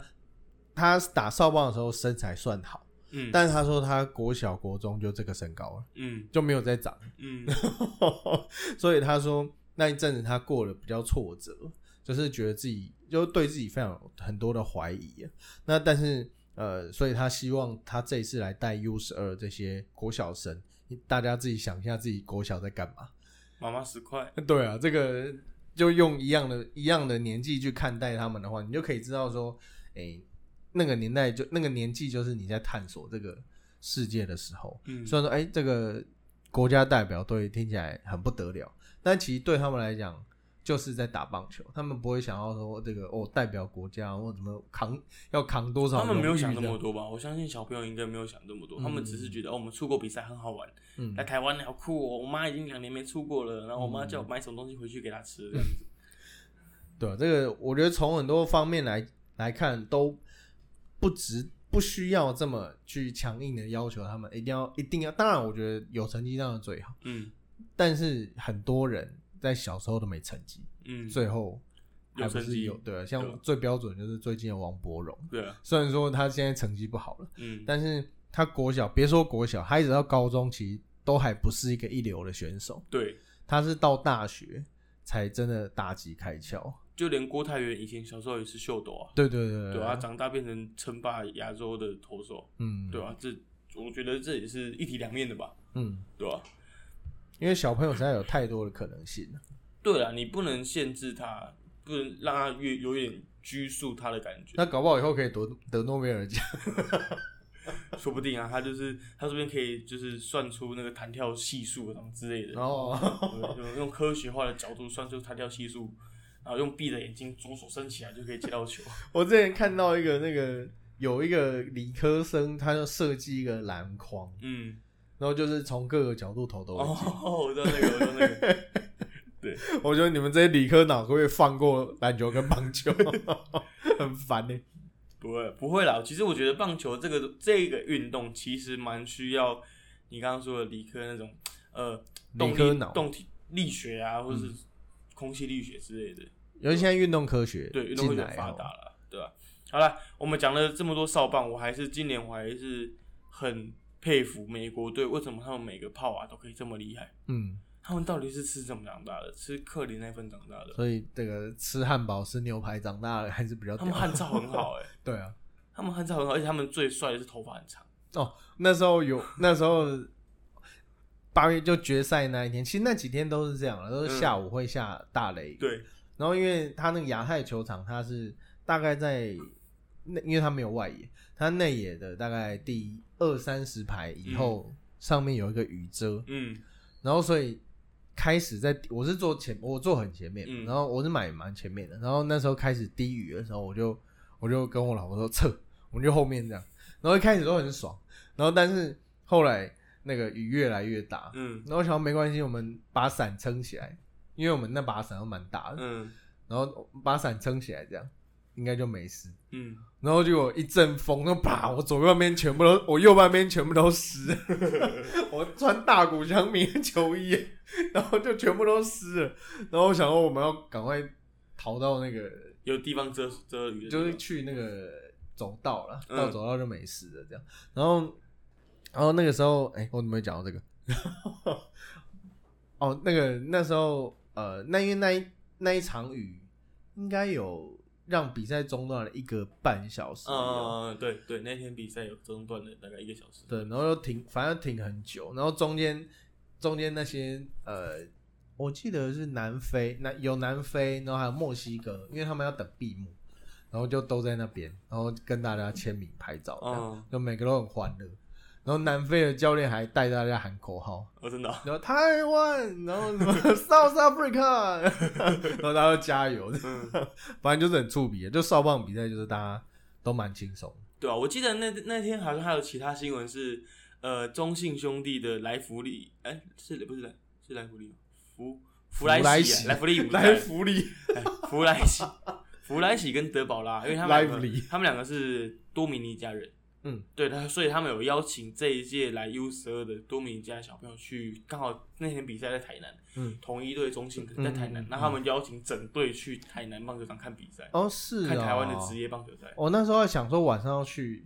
[SPEAKER 2] 他打少棒的时候身材算好，
[SPEAKER 1] 嗯
[SPEAKER 2] 但是他说他国小国中就这个身高了，
[SPEAKER 1] 嗯
[SPEAKER 2] 就没有再长。
[SPEAKER 1] 嗯
[SPEAKER 2] 所以他说那一阵子他过得比较挫折，就是觉得自己就对自己非常有很多的怀疑啊。那但是呃，所以他希望他这一次来带 U 十二这些国小生，大家自己想一下自己国小在干嘛。
[SPEAKER 1] 妈妈十块，
[SPEAKER 2] 对啊，这个就用一样的一样的年纪去看待他们的话，你就可以知道说，哎、那个年代就那个年纪就是你在探索这个世界的时候。
[SPEAKER 1] 嗯，
[SPEAKER 2] 虽然说，哎、这个国家代表队听起来很不得了，但其实对他们来讲，就是在打棒球，他们不会想要说这个哦，代表国家或怎么扛要扛多少。
[SPEAKER 1] 他们没有想那么，多吧？我相信小朋友应该没有想那么多，他们只是觉得哦，我们出国比赛很好玩，
[SPEAKER 2] 嗯
[SPEAKER 1] 来，台湾好酷哦。我妈已经两年没出国了，然后我妈叫我买什么东西回去给她吃，这样子。
[SPEAKER 2] 对啊，这个我觉得从很多方面来来看，都不值不需要这么去强硬的要求他们一定要一定要。当然，我觉得有成绩当然最好，
[SPEAKER 1] 嗯
[SPEAKER 2] 但是很多人在小时候都没成绩，
[SPEAKER 1] 嗯，
[SPEAKER 2] 最后还
[SPEAKER 1] 有
[SPEAKER 2] 不
[SPEAKER 1] 成
[SPEAKER 2] 是
[SPEAKER 1] 绩
[SPEAKER 2] 有对啊，
[SPEAKER 1] 对
[SPEAKER 2] 像
[SPEAKER 1] 啊
[SPEAKER 2] 最标准就是最近的王柏荣。
[SPEAKER 1] 对啊，
[SPEAKER 2] 虽然说他现在成绩不好了，
[SPEAKER 1] 嗯，
[SPEAKER 2] 但是他国小别说国小，他一直到高中其实都还不是一个一流的选手，
[SPEAKER 1] 对，
[SPEAKER 2] 他是到大学才真的打击开窍。
[SPEAKER 1] 就连郭泰源以前小时候也是秀斗啊，
[SPEAKER 2] 对对对
[SPEAKER 1] 对啊，长大变成称霸亚洲的投手，
[SPEAKER 2] 嗯，
[SPEAKER 1] 对啊，这我觉得这也是一体两面的吧，
[SPEAKER 2] 嗯，
[SPEAKER 1] 对吧、
[SPEAKER 2] 因为小朋友实在有太多的可能性了。
[SPEAKER 1] 对啊，你不能限制他，不能让他越有点拘束他的感觉，
[SPEAKER 2] 那搞不好以后可以得得诺贝尔奖。
[SPEAKER 1] 说不定啊，他就是他这边可以就是算出那个弹跳系数什么之类的，
[SPEAKER 2] 然后，
[SPEAKER 1] 对用科学化的角度算出弹跳系数，然后用闭着眼睛左手伸起来就可以接到球。
[SPEAKER 2] 我之前看到一个那个有一个理科生，他就设计一个篮筐，
[SPEAKER 1] 嗯，
[SPEAKER 2] 然后就是从各个角度投都会进。
[SPEAKER 1] 哦，我知道那个，我知道那个，
[SPEAKER 2] 我觉得你们这些理科脑可不可以放过篮球跟棒球？ 很烦呢、欸
[SPEAKER 1] 不会不会啦。其实我觉得棒球这个这个运动其实蛮需要你刚刚说的理科那种呃动
[SPEAKER 2] 理科
[SPEAKER 1] 力
[SPEAKER 2] 脑，嗯
[SPEAKER 1] 动体力学啊，或者是空气力学之类的。
[SPEAKER 2] 尤其现在运动科学
[SPEAKER 1] 对，运动会
[SPEAKER 2] 进
[SPEAKER 1] 很
[SPEAKER 2] 来
[SPEAKER 1] 发
[SPEAKER 2] 哦
[SPEAKER 1] 达了，对吧、啊好了，我们讲了这么多哨棒，我还是今年我还是很佩服美国队，为什么他们每个炮啊都可以这么厉害？
[SPEAKER 2] 嗯，
[SPEAKER 1] 他们到底是吃怎么长大的？吃克林那份长大 的？
[SPEAKER 2] 所以这个吃汉堡、吃牛排，长大了还是比较
[SPEAKER 1] 他
[SPEAKER 2] 屌
[SPEAKER 1] 们。汉超很好哎、
[SPEAKER 2] 对啊，
[SPEAKER 1] 他们汉超很好，而且他们最帅的是头发很长。
[SPEAKER 2] 那时候有，那时候八月就决赛那一天，其实那几天都是这样的，都是下午会下大雷。，
[SPEAKER 1] 对，
[SPEAKER 2] 然后因为他那个亚太球场，他是大概在那，因为他没有外野，他内野的大概第二三十排以后，上面有一个雨遮，
[SPEAKER 1] 嗯
[SPEAKER 2] 然后所以开始在我是坐前，我坐很前面，
[SPEAKER 1] 嗯
[SPEAKER 2] 然后我是买蛮前面的，然后那时候开始低语的时候，我就我就跟我老婆说撤，我们就后面这样，然后一开始都很爽，然后但是后来那个雨越来越大，
[SPEAKER 1] 嗯
[SPEAKER 2] 然后我想说没关系，我们把伞撑起来，因为我们那把伞都蛮大的，
[SPEAKER 1] 嗯
[SPEAKER 2] 然后把伞撑起来这样应该就没事。
[SPEAKER 1] 嗯，
[SPEAKER 2] 然后结果一阵风，就啪！我左半边全部都，我右半边全部都湿。我穿大谷翔明的球衣，然后就全部都湿了。然后我想说，我们要赶快逃到那个，
[SPEAKER 1] 有地方遮遮雨的地方，
[SPEAKER 2] 就是去那个走道了，
[SPEAKER 1] 嗯
[SPEAKER 2] 到走道就没事了这样。然后，然后那个时候，哎、我怎么没讲到这个？ 哦，那个那时候，呃，那因为那一那一场雨应该有让比赛中断了一个半小时
[SPEAKER 1] 嗯
[SPEAKER 2] 左右。
[SPEAKER 1] 嗯，嗯对对，那天比赛有中断了大概一个小时。
[SPEAKER 2] 对，然后又停，反正停很久，然后中间中间那些呃，我记得是南非，南有南非，然后还有墨西哥，因为他们要等闭幕，然后就都在那边，然后跟大家签名拍照，这样
[SPEAKER 1] 嗯，
[SPEAKER 2] 就每个都很欢乐。然后南非的教练还带大家喊口号，
[SPEAKER 1] 哦，真的哦、
[SPEAKER 2] 然后台湾，然后 什么 South Africa，然 后大家都加油，
[SPEAKER 1] 嗯，
[SPEAKER 2] 反正就是很触鼻，就少棒比赛就是大家都蛮轻松的。
[SPEAKER 1] 对啊，我记得那那天好像还有其他新闻是，呃，中信兄弟的莱弗利，哎、是不是莱是莱弗利吗？弗弗莱
[SPEAKER 2] 莱
[SPEAKER 1] 喜
[SPEAKER 2] 喜
[SPEAKER 1] 啊，莱弗利不是
[SPEAKER 2] 来福利，
[SPEAKER 1] 哎弗莱 喜，弗莱喜跟德保拉，因为他们两
[SPEAKER 2] 莱弗
[SPEAKER 1] 个
[SPEAKER 2] 利
[SPEAKER 1] 他们两个是多米尼加人，
[SPEAKER 2] 嗯，
[SPEAKER 1] 对，他所以他们有邀请这一届来 U 十二的多米尼加小朋友去，刚好那天比赛在台南，
[SPEAKER 2] 嗯，
[SPEAKER 1] 同一队中信在台南
[SPEAKER 2] 嗯，
[SPEAKER 1] 那、他们邀请整队去台南棒球场看比赛，
[SPEAKER 2] 哦是
[SPEAKER 1] 看台湾的
[SPEAKER 2] 哦
[SPEAKER 1] 职业棒球赛，
[SPEAKER 2] 我那时候还想说晚上要去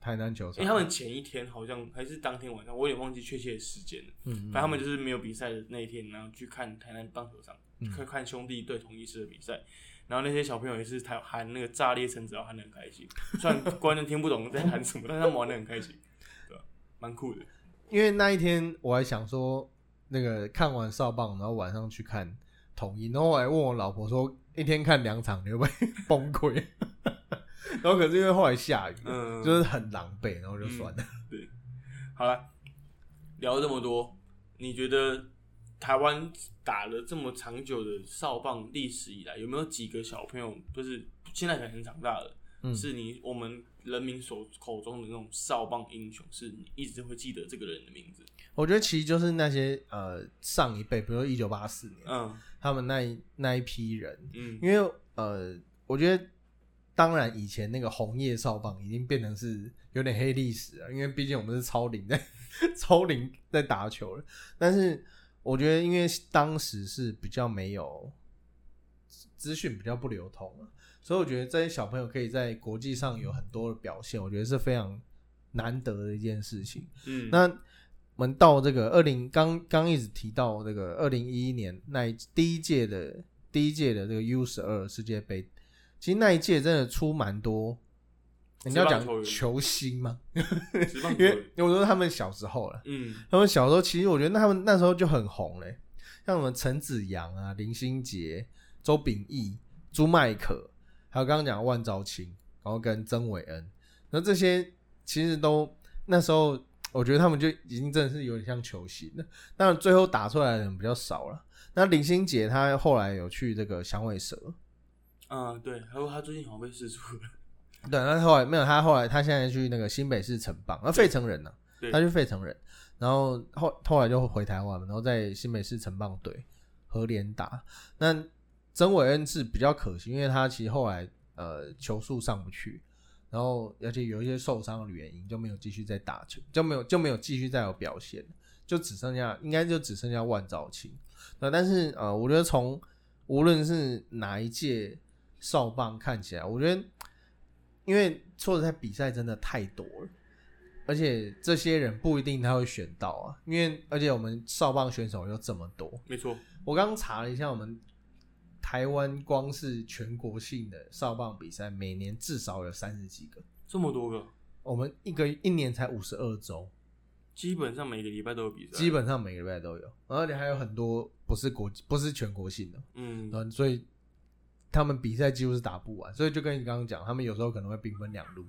[SPEAKER 2] 台南球
[SPEAKER 1] 因
[SPEAKER 2] 场，
[SPEAKER 1] 为他们前一天好像还是当天晚上，我有点忘记确切的时间了。
[SPEAKER 2] 嗯，嗯
[SPEAKER 1] 反正他们就是没有比赛的那一天，然后去看台南棒球场，
[SPEAKER 2] 嗯
[SPEAKER 1] 去看兄弟对统一师的比赛。然后那些小朋友也是台喊那个炸裂橙子，然后喊的很开心。虽然观众听不懂在喊什么，但是他们玩的很开心， 对吧？蛮酷的。
[SPEAKER 2] 因为那一天我还想说，那个看完少棒，然后晚上去看统一，然后我还问我老婆说，一天看两场你会不 会崩溃？然后可是因为后来下雨，
[SPEAKER 1] 嗯，
[SPEAKER 2] 就是很狼狈，然后就算了。
[SPEAKER 1] 好了，聊了这么多，你觉得台湾打了这么长久的少棒历史以来，有没有几个小朋友，就是现在可能很长大了，
[SPEAKER 2] 嗯
[SPEAKER 1] 是你我们人民所口中的那种少棒英雄，是你一直会记得这个人的名字？
[SPEAKER 2] 我觉得其实就是那些呃上一辈，比如一九八四年，
[SPEAKER 1] 嗯
[SPEAKER 2] 他们那一那一批人，
[SPEAKER 1] 嗯
[SPEAKER 2] 因为呃，我觉得当然以前那个红叶少棒已经变成是有点黑历史了，因为毕竟我们是超龄在 超龄在打球了。但是我觉得，因为当时是比较没有资讯比较不流通了，所以我觉得这些小朋友可以在国际上有很多的表现，我觉得是非常难得的一件事情。
[SPEAKER 1] 嗯，
[SPEAKER 2] 那我们到这个二零刚刚一直提到这个二零一一年那一第一届的第一届的这个 U 十二世界杯，其实那一届真的出蛮多，你要
[SPEAKER 1] 职棒球
[SPEAKER 2] 讲
[SPEAKER 1] 员
[SPEAKER 2] 球星吗？
[SPEAKER 1] 职棒
[SPEAKER 2] 因
[SPEAKER 1] 球
[SPEAKER 2] 为
[SPEAKER 1] 员
[SPEAKER 2] 我说他们小时候了，
[SPEAKER 1] 嗯
[SPEAKER 2] 他们小时候其实我觉得那他们那时候就很红嘞、像什么陈子阳啊、林心杰、周秉义、朱麦可，还有刚刚讲的万兆卿，然后跟曾伟恩，那这些其实都那时候我觉得他们就已经真的是有点像球星了。当然最后打出来的人比较少了。那林心杰他后来有去这个响尾蛇，
[SPEAKER 1] 啊、对，还有他最近好像被释出了，
[SPEAKER 2] 对，那后来没有他，后来他现在去那个新北市城邦，那费城人呢、
[SPEAKER 1] 对
[SPEAKER 2] 他去费城人，然后后后来就回台湾嘛，然后在新北市城邦队和联打。那曾伟恩是比较可惜，因为他其实后来呃球速上不去，然后而且有一些受伤的原因，就没有继续再打球，就没有就没有继续再有表现，就只剩下应该就只剩下万兆卿。那但是呃，我觉得从无论是哪一届少棒看起来，我觉得因为错的在比赛真的太多了，而且这些人不一定他会选到啊，因为而且我们少棒选手又这么多，
[SPEAKER 1] 没错，
[SPEAKER 2] 我刚刚查了一下，我们台湾光是全国性的少棒比赛，每年至少有三十几个，
[SPEAKER 1] 这么多个，
[SPEAKER 2] 我们一个一年才五十二周，
[SPEAKER 1] 基本上每个礼拜都有比赛，
[SPEAKER 2] 基本上每个礼拜都有，而且还有很多不是国不是全国性的，
[SPEAKER 1] 嗯
[SPEAKER 2] 嗯，所以他们比赛几乎是打不完，所以就跟你刚刚讲，他们有时候可能会兵分两路，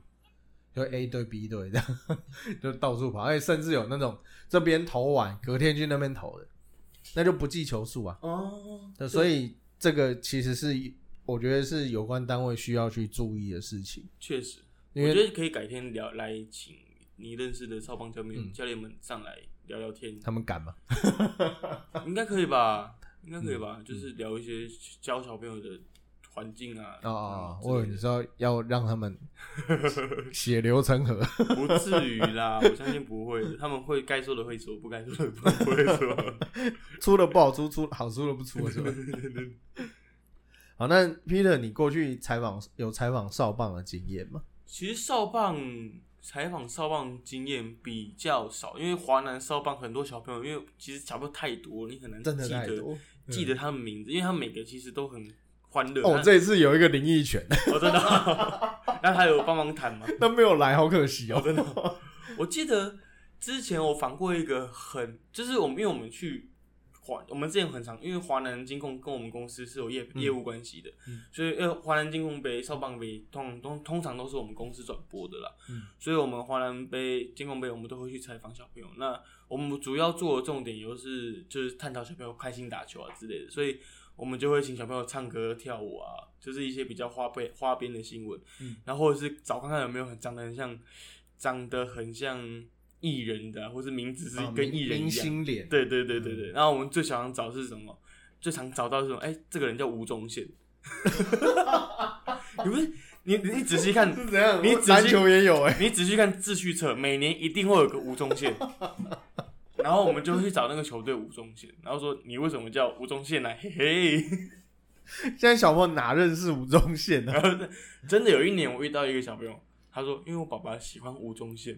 [SPEAKER 2] 就 A 队 B 队这样， 就到处跑，而且甚至有那种这边投完，隔天去那边投的，那就不计球数啊。
[SPEAKER 1] 哦，
[SPEAKER 2] 那所以这个其实是我觉得是有关单位需要去注意的事情，
[SPEAKER 1] 确实。
[SPEAKER 2] 因
[SPEAKER 1] 我
[SPEAKER 2] 为
[SPEAKER 1] 觉得可以改天聊来，请你认识的少棒教练、
[SPEAKER 2] 嗯
[SPEAKER 1] 教练们上来聊聊天，
[SPEAKER 2] 他们敢嘛。
[SPEAKER 1] 应该可以吧？应该可以吧？
[SPEAKER 2] 嗯
[SPEAKER 1] 就是聊一些教小朋友的环境啊。
[SPEAKER 2] 哦哦，
[SPEAKER 1] 嗯
[SPEAKER 2] 我
[SPEAKER 1] 之
[SPEAKER 2] 以为
[SPEAKER 1] 类
[SPEAKER 2] 你
[SPEAKER 1] 的
[SPEAKER 2] 知道要让他们血流成河，
[SPEAKER 1] 不至于啦，我相信不会的，他们会该说的会说，不该说的不不会说。
[SPEAKER 2] 出的不好出，出好出的不 出了，是吧？好，那 Peter，你过去采访有采访少棒的经验吗？
[SPEAKER 1] 其实少棒采访少棒经验比较少，因为华南少棒很多小朋友，因为其实小朋友太多，你很难
[SPEAKER 2] 真的
[SPEAKER 1] 记
[SPEAKER 2] 太
[SPEAKER 1] 得
[SPEAKER 2] 多。嗯
[SPEAKER 1] 记得他们名字，因为他们每个其实都很欢乐。
[SPEAKER 2] 哦，
[SPEAKER 1] 他
[SPEAKER 2] 这一次有一个林奕泉，
[SPEAKER 1] 我真的， 那他有帮忙谈吗？
[SPEAKER 2] 那没有来，好可惜哦。
[SPEAKER 1] 真 的，我记得之前我访过一个很，就是我们因为我们去华，我们之前很常，因为华南金控跟我们公司是有业、业务关系的，
[SPEAKER 2] 嗯
[SPEAKER 1] 所以呃，华南金控杯、少棒杯通通通常都是我们公司转播的啦，
[SPEAKER 2] 嗯
[SPEAKER 1] 所以我们华南杯、金控杯我们都会去采访小朋友。那我们主要做的重点又是就是探讨小朋友开心打球啊之类的，所以我们就会请小朋友唱歌、跳舞啊，就是一些比较花边花边的新闻，
[SPEAKER 2] 嗯
[SPEAKER 1] 然后或者是找看看有没有很长得很像长得很像艺人的啊、或是名字是
[SPEAKER 2] 啊
[SPEAKER 1] 跟艺人一样。
[SPEAKER 2] 明星脸，
[SPEAKER 1] 对对对对
[SPEAKER 2] 嗯
[SPEAKER 1] 对。然后我们最想找是什么？最常找到是什么？哎、这个人叫吴宗宪。 你不是你你你仔细看，
[SPEAKER 2] 是怎样？
[SPEAKER 1] 你
[SPEAKER 2] 我
[SPEAKER 1] 仔细
[SPEAKER 2] 篮球也有 哎、
[SPEAKER 1] 你仔细看秩序册，每年一定会有个吴宗宪。然后我们就去找那个球队吴宗宪，然后说你为什么叫吴宗宪呢？嘿嘿，
[SPEAKER 2] 现在小朋友哪认识吴宗宪呢、
[SPEAKER 1] 然后真的有一年我遇到一个小朋友，他说因为我爸爸喜欢吴宗宪，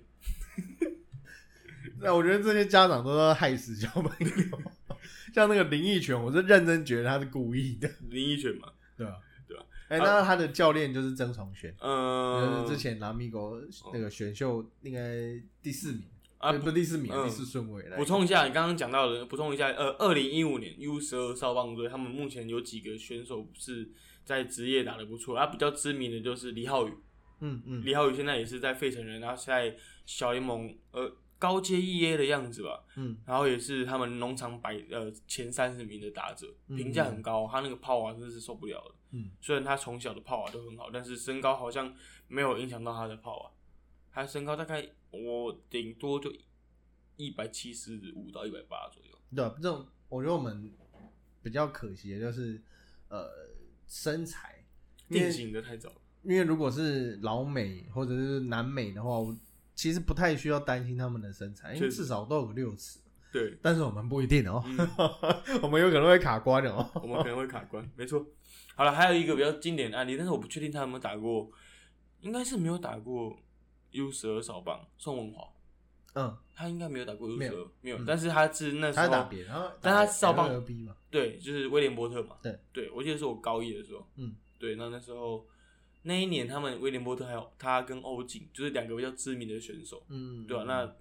[SPEAKER 2] 那我觉得这些家长都在害死小朋友， 像那个林奕泉，我是认真觉得他是故意的，
[SPEAKER 1] 林依泉嘛，
[SPEAKER 2] 对吧、
[SPEAKER 1] 对啊
[SPEAKER 2] 哎、那他的教练就是曾崇轩，
[SPEAKER 1] 嗯、
[SPEAKER 2] 就是之前拉米狗那个选秀应该第四名，
[SPEAKER 1] 啊
[SPEAKER 2] 对不是第四名，
[SPEAKER 1] 嗯
[SPEAKER 2] 第四顺位来
[SPEAKER 1] 补充一下，你刚刚讲到的，补充一下，呃，二零一五年 U 十二少棒队，他们目前有几个选手是在职业打得不错，啊，比较知名的就是李浩宇，
[SPEAKER 2] 嗯嗯，
[SPEAKER 1] 李浩宇现在也是在费城人，然后在小联盟，呃，高阶 EA 的样子吧，
[SPEAKER 2] 嗯，
[SPEAKER 1] 然后也是他们农场百呃前三十名的打者，
[SPEAKER 2] 嗯
[SPEAKER 1] 评价很高，他那个炮啊真是受不了了，
[SPEAKER 2] 嗯，
[SPEAKER 1] 虽然他从小的炮啊都很好，但是身高好像没有影响到他的炮啊，他身高大概我顶多就一百七十五到一百八左右。
[SPEAKER 2] 对、啊，这种我觉得我们比较可惜的就是，呃，身材，因
[SPEAKER 1] 定
[SPEAKER 2] 为
[SPEAKER 1] 型的太早了。
[SPEAKER 2] 因为如果是老美或者是南美的话，我其实不太需要担心他们的身材，因为
[SPEAKER 1] 确实
[SPEAKER 2] 至少都有个六尺，
[SPEAKER 1] 对，
[SPEAKER 2] 但是我们不一定哦，
[SPEAKER 1] 嗯
[SPEAKER 2] 我们有可能会卡关哦。
[SPEAKER 1] 我们可能会卡关，没错。好了，还有一个比较经典的案例，但是我不确定他有没有打过，应该是没有打过 U 十二扫棒。宋文华
[SPEAKER 2] 嗯，
[SPEAKER 1] 他应该没有打过 U
[SPEAKER 2] 没
[SPEAKER 1] 十
[SPEAKER 2] 有
[SPEAKER 1] 二，没有
[SPEAKER 2] 嗯，
[SPEAKER 1] 但是他是那时
[SPEAKER 2] 他
[SPEAKER 1] 候
[SPEAKER 2] 是打别人，然后
[SPEAKER 1] 但他少棒
[SPEAKER 2] B 嘛，
[SPEAKER 1] 对，就是威廉波特嘛。
[SPEAKER 2] 对，
[SPEAKER 1] 对我记得是我高一的时候，
[SPEAKER 2] 嗯，
[SPEAKER 1] 对，那那时候那一年他们威廉波特还有他跟欧锦，就是两个比较知名的选手，
[SPEAKER 2] 嗯，
[SPEAKER 1] 对啊，那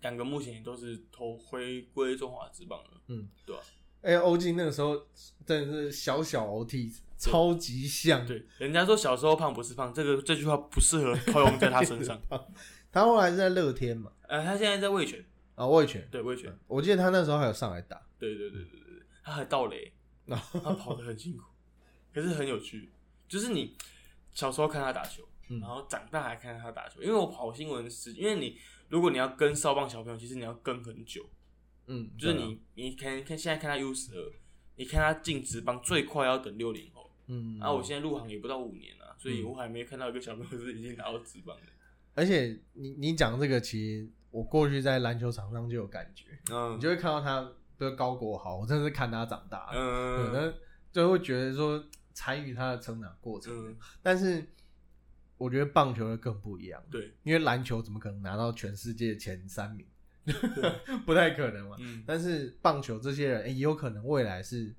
[SPEAKER 1] 两个目前也都是投回归中华职棒了。
[SPEAKER 2] 哎，欧进那个时候真的是小小 OT，超级像，
[SPEAKER 1] 对，人家说小时候胖不是胖，这个这句话不适合套用在他 身上。
[SPEAKER 2] 他后来是在乐天嘛，
[SPEAKER 1] 呃，他现在在味全，
[SPEAKER 2] 啊，魏权，
[SPEAKER 1] 对味全，
[SPEAKER 2] 我记得他那时候还有上来打，
[SPEAKER 1] 对对对对对，对他还盗 雷，
[SPEAKER 2] 然
[SPEAKER 1] 他跑得很辛苦，可是很有趣。就是你小时候看他打球，
[SPEAKER 2] 嗯
[SPEAKER 1] 然后长大还看他打球，因为我跑新闻时，因为你如果你要跟少棒小朋友，其实你要跟很久，
[SPEAKER 2] 嗯，
[SPEAKER 1] 就是
[SPEAKER 2] 对啊，
[SPEAKER 1] 你你看看现在看他 U 十二，你看他进职棒最快要等六年后。
[SPEAKER 2] 嗯，
[SPEAKER 1] 啊，我现在入行也不到五年啊，所以我还没看到一个小朋友是已经打到职棒的。
[SPEAKER 2] 而且你你讲这个，其实我过去在篮球场上就有感觉，
[SPEAKER 1] 嗯
[SPEAKER 2] 你就会看到他，比如高国豪，我真的是看他长大，对，
[SPEAKER 1] 嗯，
[SPEAKER 2] 那就会觉得说参与他的成长过程。
[SPEAKER 1] 嗯，
[SPEAKER 2] 但是我觉得棒球的更不一样，
[SPEAKER 1] 对，
[SPEAKER 2] 因为篮球怎么可能拿到全世界前三名？
[SPEAKER 1] 啊
[SPEAKER 2] 不太可能嘛。
[SPEAKER 1] 嗯，
[SPEAKER 2] 但是棒球这些人、诶也有可能未来是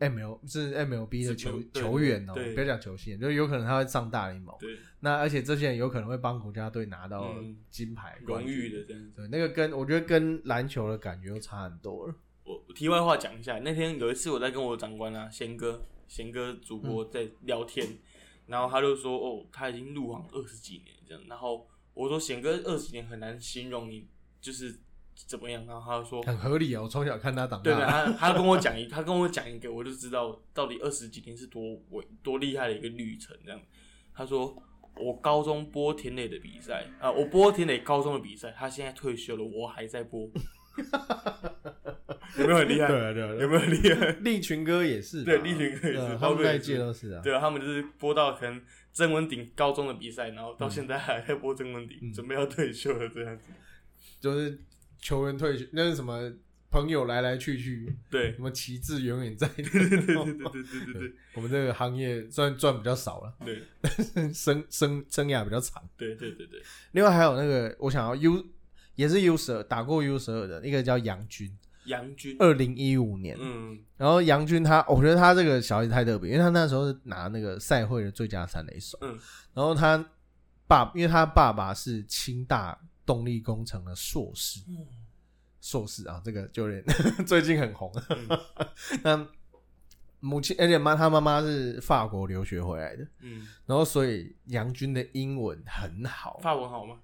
[SPEAKER 2] ML 是 MLB 的
[SPEAKER 1] 是
[SPEAKER 2] 球
[SPEAKER 1] 球对
[SPEAKER 2] 球员哦、
[SPEAKER 1] 对
[SPEAKER 2] 不要讲球星，就有可能他会上大联盟。
[SPEAKER 1] 对，
[SPEAKER 2] 那而且这些人有可能会帮国家队拿到
[SPEAKER 1] 嗯
[SPEAKER 2] 金牌、
[SPEAKER 1] 荣誉的。这样子。
[SPEAKER 2] 对，那个跟我觉得跟篮球的感觉又差很多了。
[SPEAKER 1] 我我题外话讲一下，那天有一次我在跟我长官啊，贤哥，贤哥主播在聊天，然后他就说，哦，他已经入行二十几年这样，然后我说贤哥二十年很难形容你就是怎么样，然后他就说。
[SPEAKER 2] 很合理哦，我从小看他长
[SPEAKER 1] 对对，
[SPEAKER 2] 大。
[SPEAKER 1] 他他跟我讲一，他跟我讲一个，我就知道到底二十几年是多伟多厉害的一个旅程。这样，他说我高中播田磊的比赛啊、我播田磊高中的比赛，他现在退休了，我还在播， 有没有很厉
[SPEAKER 2] 对
[SPEAKER 1] 害？
[SPEAKER 2] 啊对
[SPEAKER 1] 有
[SPEAKER 2] 啊对啊，
[SPEAKER 1] 没有很厉害？
[SPEAKER 2] 利群哥也是吧，
[SPEAKER 1] 对利群哥也是
[SPEAKER 2] 对啊他
[SPEAKER 1] 包
[SPEAKER 2] 们
[SPEAKER 1] 括
[SPEAKER 2] 那一
[SPEAKER 1] 也是
[SPEAKER 2] 届都是啊。
[SPEAKER 1] 对啊，他们就是播到可能曾文鼎高中的比赛，然后到现在还在播曾文鼎，
[SPEAKER 2] 嗯
[SPEAKER 1] 准备要退休了这样子。
[SPEAKER 2] 就是球员退休，那是什么朋友来来去去，
[SPEAKER 1] 对
[SPEAKER 2] 什，么旗帜永远在。 对
[SPEAKER 1] 对对对对对对对对
[SPEAKER 2] 我们这个行业虽然赚比较少了，
[SPEAKER 1] 对
[SPEAKER 2] 生生生涯比较长。
[SPEAKER 1] 对对对对，
[SPEAKER 2] 另外还有那个，我想要 U 也是 U 十二打过 U 十二的一个叫杨军，
[SPEAKER 1] 杨军，
[SPEAKER 2] 二零一五年。
[SPEAKER 1] 嗯
[SPEAKER 2] 然后杨军他，我觉得他这个小孩子太特别，因为他那时候是拿那个赛会的最佳三垒手。
[SPEAKER 1] 嗯，
[SPEAKER 2] 然后他爸，因为他爸爸是清大动力工程的硕士，
[SPEAKER 1] 嗯
[SPEAKER 2] 硕士啊，这个就有点 最近很红。
[SPEAKER 1] 嗯
[SPEAKER 2] 那母亲，而且妈他妈妈是法国留学回来的，
[SPEAKER 1] 嗯，
[SPEAKER 2] 然后所以杨军的英文很好，
[SPEAKER 1] 发文好吗？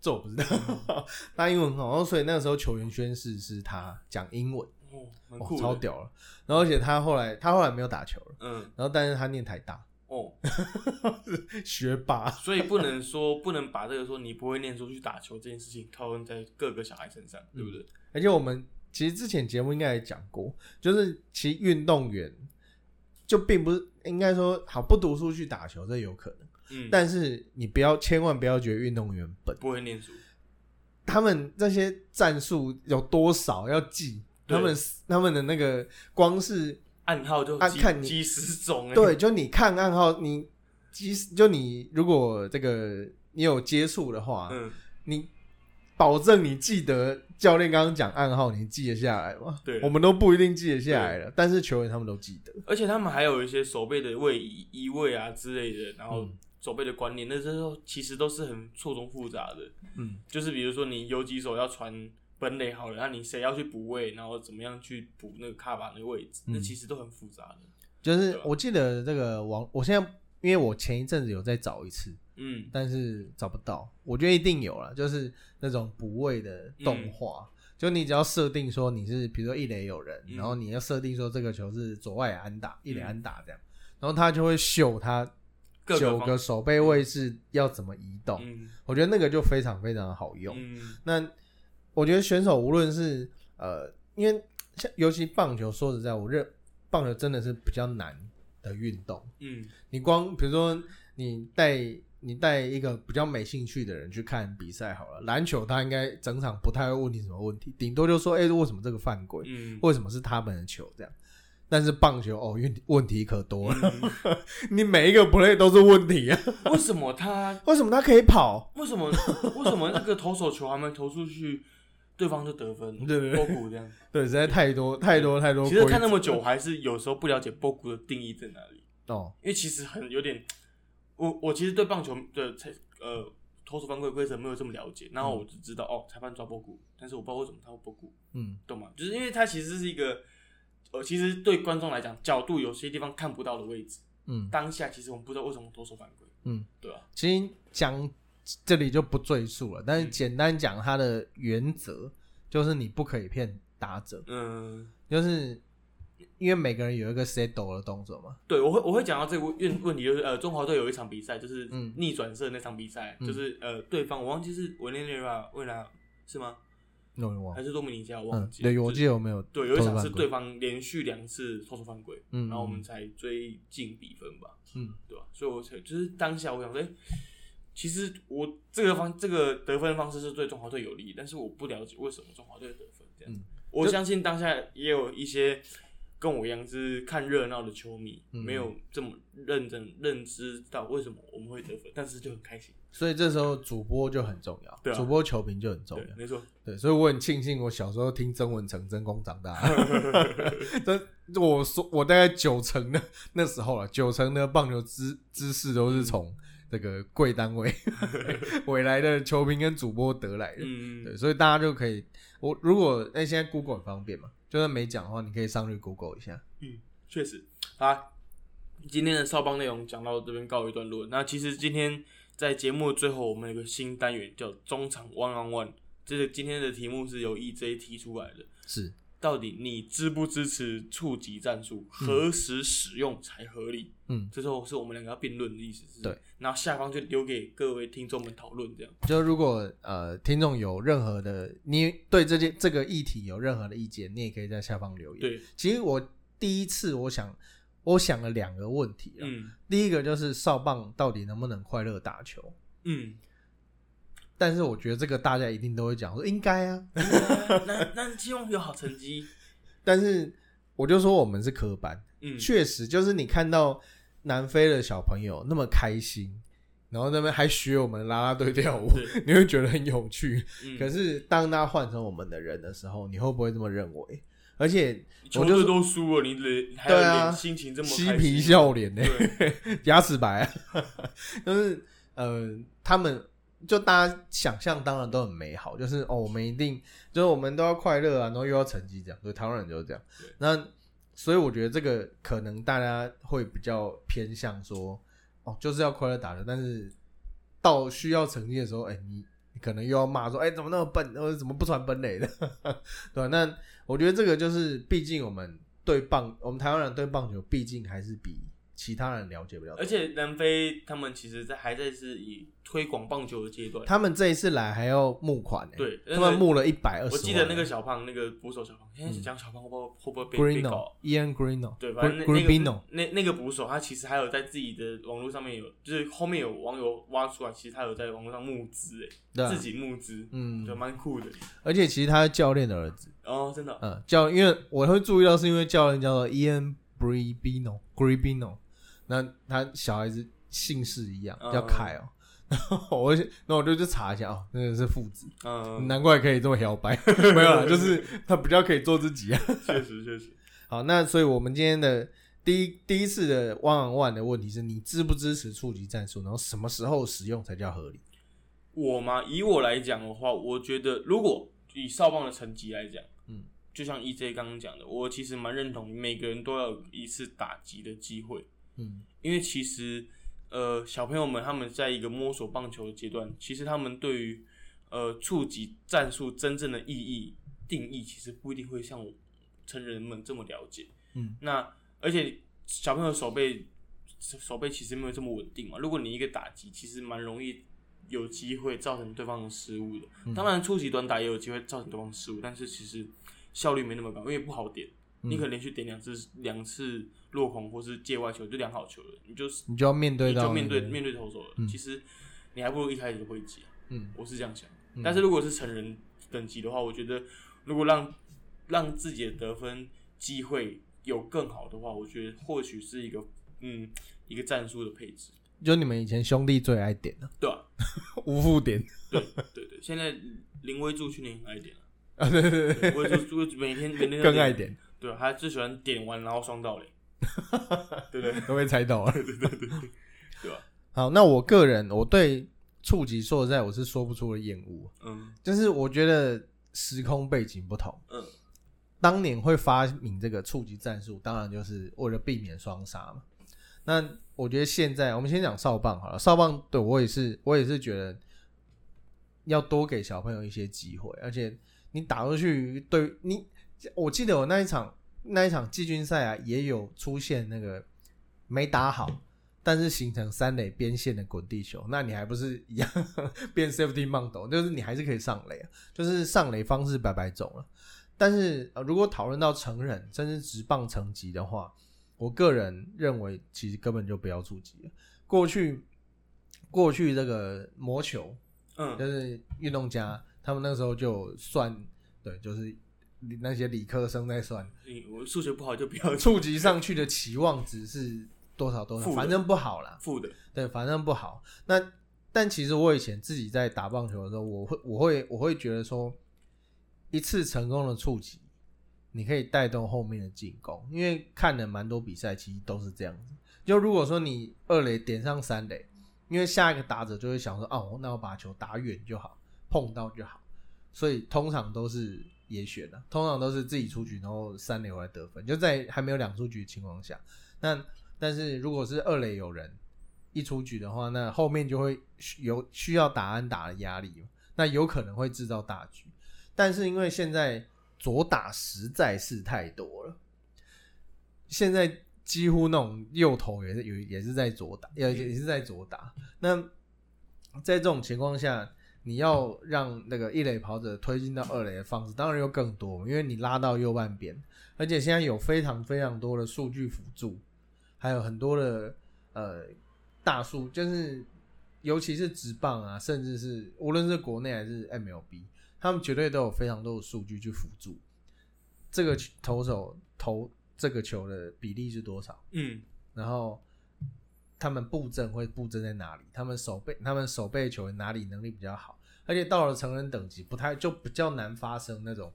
[SPEAKER 2] 这 我不知道，他英文很好，然后所以那个时候球员宣誓是他讲英文，
[SPEAKER 1] 哦，蛮
[SPEAKER 2] 哇
[SPEAKER 1] 酷，的，
[SPEAKER 2] 超屌了。然后而且他后来他后来没有打球了，
[SPEAKER 1] 嗯
[SPEAKER 2] 然后但是他念台大，
[SPEAKER 1] 哦，
[SPEAKER 2] 学霸。
[SPEAKER 1] 所以不能说不能把这个说你不会念书去打球这件事情套用在各个小孩身上，对不对？
[SPEAKER 2] 而且我们其实之前节目应该也讲过，就是其实运动员就并不是应该说好不读书去打球，这有可能，
[SPEAKER 1] 嗯，
[SPEAKER 2] 但是你不要千万不要觉得运动员笨。
[SPEAKER 1] 不会念书，
[SPEAKER 2] 他们这些战术有多少要记？
[SPEAKER 1] 对
[SPEAKER 2] 他们他们的那个光是
[SPEAKER 1] 暗号就
[SPEAKER 2] 啊
[SPEAKER 1] 几
[SPEAKER 2] 看你
[SPEAKER 1] 几十种欸，
[SPEAKER 2] 对，就你看暗号，你即使就你如果这个你有接触的话，
[SPEAKER 1] 嗯，
[SPEAKER 2] 你保证你记得教练刚刚讲暗号，你记得下来吗？
[SPEAKER 1] 对
[SPEAKER 2] 我们都不一定记得下来了，但是球员他们都记得。
[SPEAKER 1] 而且他们还有一些手背的位移、移位啊之类的，然后
[SPEAKER 2] 嗯
[SPEAKER 1] 手背的观念，那时候其实都是很错综复杂的。
[SPEAKER 2] 嗯，
[SPEAKER 1] 就是比如说你有几手要传本垒好了，那你谁要去补位，然后怎么样去补那个卡把那个位置，
[SPEAKER 2] 嗯
[SPEAKER 1] 那其实都很复杂的。
[SPEAKER 2] 就是
[SPEAKER 1] 对啊
[SPEAKER 2] 我记得这个网，我现在因为我前一阵子有在找一次，
[SPEAKER 1] 嗯，
[SPEAKER 2] 但是找不到，我觉得一定有了，就是那种补位的
[SPEAKER 1] 嗯
[SPEAKER 2] 动画。就你只要设定说你是，比如说一垒有人，
[SPEAKER 1] 嗯
[SPEAKER 2] 然后你要设定说这个球是左外野安打、一垒
[SPEAKER 1] 嗯
[SPEAKER 2] 安打这样，然后他就会秀他
[SPEAKER 1] 各
[SPEAKER 2] 九
[SPEAKER 1] 方
[SPEAKER 2] 个手背位置要怎么移动。
[SPEAKER 1] 嗯
[SPEAKER 2] 我觉得那个就非常非常好用。
[SPEAKER 1] 嗯
[SPEAKER 2] 那我觉得选手无论是呃，因为像尤其棒球，说实在，我认棒球真的是比较难的运动。
[SPEAKER 1] 嗯
[SPEAKER 2] 你光比如说你带你带一个比较没兴趣的人去看比赛好了，篮球他应该整场不太会问你什么问题，顶多就说哎、为什么这个犯规，
[SPEAKER 1] 嗯，
[SPEAKER 2] 为什么是他们的球这样。但是棒球哦，问问题可多了，
[SPEAKER 1] 嗯
[SPEAKER 2] 你每一个 play 都是问题啊。
[SPEAKER 1] 为什么他
[SPEAKER 2] 为什么他可以跑？
[SPEAKER 1] 为什么为什么那个投手球还没投出去，对方就得分？
[SPEAKER 2] 对对对
[SPEAKER 1] 波谷这样。
[SPEAKER 2] 对，实在太多太多太多规
[SPEAKER 1] 其
[SPEAKER 2] 则。
[SPEAKER 1] 实看那么久，我还是有时候不了解波谷的定义在哪里，
[SPEAKER 2] 哦，
[SPEAKER 1] 因为其实很有点，我我其实对棒球的裁呃投手犯规规则没有这么了解，然后我就知道、哦裁判抓波谷，但是我不知道为什么他会波谷，
[SPEAKER 2] 嗯
[SPEAKER 1] 懂吗？就是因为它其实是一个。呃，其实对观众来讲，角度有些地方看不到的位置，
[SPEAKER 2] 嗯，
[SPEAKER 1] 当下其实我们不知道为什么投手犯规，
[SPEAKER 2] 嗯，
[SPEAKER 1] 对吧、
[SPEAKER 2] 其实讲这里就不赘述了，但是
[SPEAKER 1] 嗯
[SPEAKER 2] 简单讲它的原则就是你不可以骗打者，
[SPEAKER 1] 嗯，
[SPEAKER 2] 就是因为每个人有一个 settle 的动作嘛。
[SPEAKER 1] 对，我会我会讲到这个问问题，就是呃，中华队有一场比赛，就是
[SPEAKER 2] 嗯
[SPEAKER 1] 逆转胜那场比赛，
[SPEAKER 2] 嗯
[SPEAKER 1] 就是呃，对方我忘记是委内瑞拉、未来是吗？
[SPEAKER 2] 那我忘
[SPEAKER 1] 还
[SPEAKER 2] 了，
[SPEAKER 1] 是多米尼加？我忘
[SPEAKER 2] 嗯，
[SPEAKER 1] 记了。
[SPEAKER 2] 对，我
[SPEAKER 1] 就
[SPEAKER 2] 记得有没有？
[SPEAKER 1] 对，有一场是对
[SPEAKER 2] 方，
[SPEAKER 1] 方连续两次投手犯规，
[SPEAKER 2] 嗯，
[SPEAKER 1] 然后我们才追进比分吧，
[SPEAKER 2] 嗯，
[SPEAKER 1] 对吧？所以我才就是当下我想说，哎、其实我这个方这个得分方式是对中华队有利，但是我不了解为什么中华队得分这样。
[SPEAKER 2] 嗯
[SPEAKER 1] 我相信当下也有一些跟我一样是看热闹的球迷，
[SPEAKER 2] 嗯
[SPEAKER 1] 没有这么认真认知到为什么我们会得分，但是就很开心。
[SPEAKER 2] 所以这时候主播就很重要，
[SPEAKER 1] 对啊
[SPEAKER 2] 主播球评就很重
[SPEAKER 1] 对
[SPEAKER 2] 要，，
[SPEAKER 1] 没错，
[SPEAKER 2] 对，所以我很庆幸我小时候听曾文成、曾公长大， 这我说我大概九成的那时候了，九成的棒球知知识都是从这个贵单 位 回来的球评跟主播得来的，
[SPEAKER 1] 嗯，
[SPEAKER 2] 对，所以大家就可以，我如果那、现在 Google 很方便嘛，就算没讲的话，你可以上去 Google 一下，
[SPEAKER 1] 嗯，确实啊。今天的少棒内容讲到这边告一段落。那其实今天在节目的最后，我们有个新单元叫“中场 One on One”，这个今天的题目是由 EJ 提出来的。
[SPEAKER 2] 是
[SPEAKER 1] 到底你支不支持触及战术？何时使用才合理？
[SPEAKER 2] 嗯，
[SPEAKER 1] 这时候是我们两个要辩论的意思。是不是
[SPEAKER 2] 对，
[SPEAKER 1] 然后下方就留给各位听众们讨论，这样。
[SPEAKER 2] 就如果呃听众有任何的，你对这件这个议题有任何的意见，你也可以在下方留言。
[SPEAKER 1] 对，
[SPEAKER 2] 其实我第一次我想，我想了两个问题啊。
[SPEAKER 1] 嗯
[SPEAKER 2] 第一个就是少棒到底能不能快乐打球？
[SPEAKER 1] 嗯，
[SPEAKER 2] 但是我觉得这个大家一定都会讲说应该啊，
[SPEAKER 1] 那那希望有好成绩。
[SPEAKER 2] 但是我就说我们是科班，
[SPEAKER 1] 嗯，
[SPEAKER 2] 确、实就是你看到南非的小朋友那么开心，然后那边还学我们啦啦队跳舞，
[SPEAKER 1] 对，
[SPEAKER 2] 你会觉得很有趣。
[SPEAKER 1] 嗯
[SPEAKER 2] 可是当他换成我们的人的时候，你会不会这么认为？而且
[SPEAKER 1] 球队都输了，你脸还有
[SPEAKER 2] 对啊
[SPEAKER 1] 脸心情这么
[SPEAKER 2] 嬉
[SPEAKER 1] 开
[SPEAKER 2] 皮
[SPEAKER 1] 心
[SPEAKER 2] 笑脸欸呢、
[SPEAKER 1] 对，
[SPEAKER 2] 牙齿白、啊，就是呃，他们就大家想象当然都很美好，就是哦，我们一定就是我们都要快乐啊，然后又要成绩这样，所以台湾人就是这样
[SPEAKER 1] 对。
[SPEAKER 2] 那所以我觉得这个可能大家会比较偏向说，哦，就是要快乐打球，但是到需要成绩的时候，哎、你你可能又要骂说，哎、怎么那么笨，或者怎么不传本垒的， 对吧、那我觉得这个就是，毕竟我们对棒，我们台湾人对棒球，毕竟还是比其他人了解比较多。
[SPEAKER 1] 而且南非他们其实在还在是以推广棒球的阶段。
[SPEAKER 2] 他们这一次来还要募款、欸，
[SPEAKER 1] 对
[SPEAKER 2] 他们募了一嗯百二十。欸
[SPEAKER 1] 我记得那个小胖，那个捕手小胖，现在讲小胖会不会会不会被被
[SPEAKER 2] Greeno
[SPEAKER 1] 告？
[SPEAKER 2] Ian Greeno，
[SPEAKER 1] 对，反正那
[SPEAKER 2] g r e e n o
[SPEAKER 1] 那个那那个捕手，他其实还有在自己的网络上面有，就是后面有网友挖出来，其实他有在网络上募资，
[SPEAKER 2] 对
[SPEAKER 1] 哎，
[SPEAKER 2] 啊
[SPEAKER 1] 自己募资，
[SPEAKER 2] 嗯
[SPEAKER 1] 对，，蛮酷的。
[SPEAKER 2] 而且其实他是教练的儿子，
[SPEAKER 1] 哦，真的哦，
[SPEAKER 2] 嗯，教因为我会注意到是因为教练叫做 Ian Greeno Greeno，那他小孩子姓氏一样，
[SPEAKER 1] 嗯
[SPEAKER 2] 叫凯哦。 然后我就，然后我就去查一下哦，那个是父子，
[SPEAKER 1] 嗯，
[SPEAKER 2] 难怪可以这么摇摆。 没有啦，就是他比较可以做自己啊。
[SPEAKER 1] 确实确实，
[SPEAKER 2] 好，那所以我们今天的第一第一次的 one on one 的问题是你支不支持触及战术，然后什么时候使用才叫合理？
[SPEAKER 1] 我嘛，以我来讲的话，我觉得如果以少棒的成绩来讲，
[SPEAKER 2] 嗯，
[SPEAKER 1] 就像 EJ 刚刚讲的，我其实蛮认同每个人都要有一次打击的机会，
[SPEAKER 2] 嗯
[SPEAKER 1] 因为其实呃小朋友们他们在一个摸索棒球的阶段，其实他们对于呃触及战术真正的意义定义，其实不一定会像成人们这么了解。
[SPEAKER 2] 嗯，
[SPEAKER 1] 那而且小朋友手背手背其实没有这么稳定嘛，如果你一个打击，其实蛮容易有机会造成对方的失误的。
[SPEAKER 2] 嗯
[SPEAKER 1] 当然，初级短打也有机会造成对方失误，但是其实效率没那么高，因为不好点。
[SPEAKER 2] 嗯
[SPEAKER 1] 你可能连续点两次两次落空或是界外球，就两好球了，你就是
[SPEAKER 2] 你就要面对
[SPEAKER 1] 你
[SPEAKER 2] 到
[SPEAKER 1] 就面对
[SPEAKER 2] 那个
[SPEAKER 1] 面对投手了。
[SPEAKER 2] 嗯
[SPEAKER 1] 其实你还不如一开始就会击啊、
[SPEAKER 2] 嗯
[SPEAKER 1] 我是这样想。
[SPEAKER 2] 嗯
[SPEAKER 1] 但是如果是成人等级的话，我觉得如果让让自己的得分机会有更好的话，我觉得或许是一个嗯一个战术的配置，
[SPEAKER 2] 就你们以前兄弟最爱点的、
[SPEAKER 1] 对吧、
[SPEAKER 2] 无负点
[SPEAKER 1] 对对，现在林威柱去年很爱点了、
[SPEAKER 2] 啊，对对对，
[SPEAKER 1] 对林威柱柱每天每天都
[SPEAKER 2] 更爱，点，
[SPEAKER 1] 对啊，他最喜欢点完然后双 到垒，对不对？
[SPEAKER 2] 都被猜到了。
[SPEAKER 1] 对吧？
[SPEAKER 2] 好，那我个人我对触及说实在我是说不出的厌恶，
[SPEAKER 1] 嗯
[SPEAKER 2] 就是我觉得时空背景不同，
[SPEAKER 1] 嗯
[SPEAKER 2] 当年会发明这个触及战术，当然就是为了避免双杀嘛。那我觉得现在我们先讲少棒好了，少棒对我也是，我也是觉得要多给小朋友一些机会，而且你打出去，对你，我记得我那一场那一场季军赛啊，也有出现那个没打好，但是形成三垒边线的滚地球，那你还不是一样 变 safety m o n t 就是你还是可以上垒啊，就是上垒方式百百种了。但是、呃、如果讨论到成人甚至职棒层级的话，我个人认为其实根本就不要触及了。过去过去这个魔球就
[SPEAKER 1] 嗯
[SPEAKER 2] 是运动家，他们那时候就算对，就是那些理科生在算，
[SPEAKER 1] 你我数学不好就不要
[SPEAKER 2] 触及上去的期望值是多少多少，
[SPEAKER 1] 负的
[SPEAKER 2] 反正不好啦。
[SPEAKER 1] 负的，
[SPEAKER 2] 对，反正不好。那但其实我以前自己在打棒球的时候，我会我会我会觉得说，一次成功的触及，你可以带动后面的进攻，因为看了蛮多比赛，其实都是这样子。就如果说你二垒点上三垒，因为下一个打者就会想说，哦，那我把球打远就好，碰到就好，所以通常都是野选的、通常都是自己出局，然后三垒回来得分，就在还没有两出局的情况下。那但是如果是二垒有人一出局的话，那后面就会需有需要打安打的压力嘛，那有可能会制造大局。但是因为现在左打实在是太多了，现在几乎那种右投也是有也是在左打，也也是在左打。那在这种情况下，你要让那个一垒跑者推进到二垒的方式，当然又更多，因为你拉到右半边，而且现在有非常非常多的数据辅助，还有很多的呃大数，就是尤其是直棒啊，甚至是无论是国内还是 MLB，他们绝对都有非常多的数据去辅助这个投手投这个球的比例是多少。
[SPEAKER 1] 嗯
[SPEAKER 2] 然后他们布阵会布阵在哪里，他们守备他们守备球员哪里能力比较好，而且到了成人等级，不太就比较难发生那种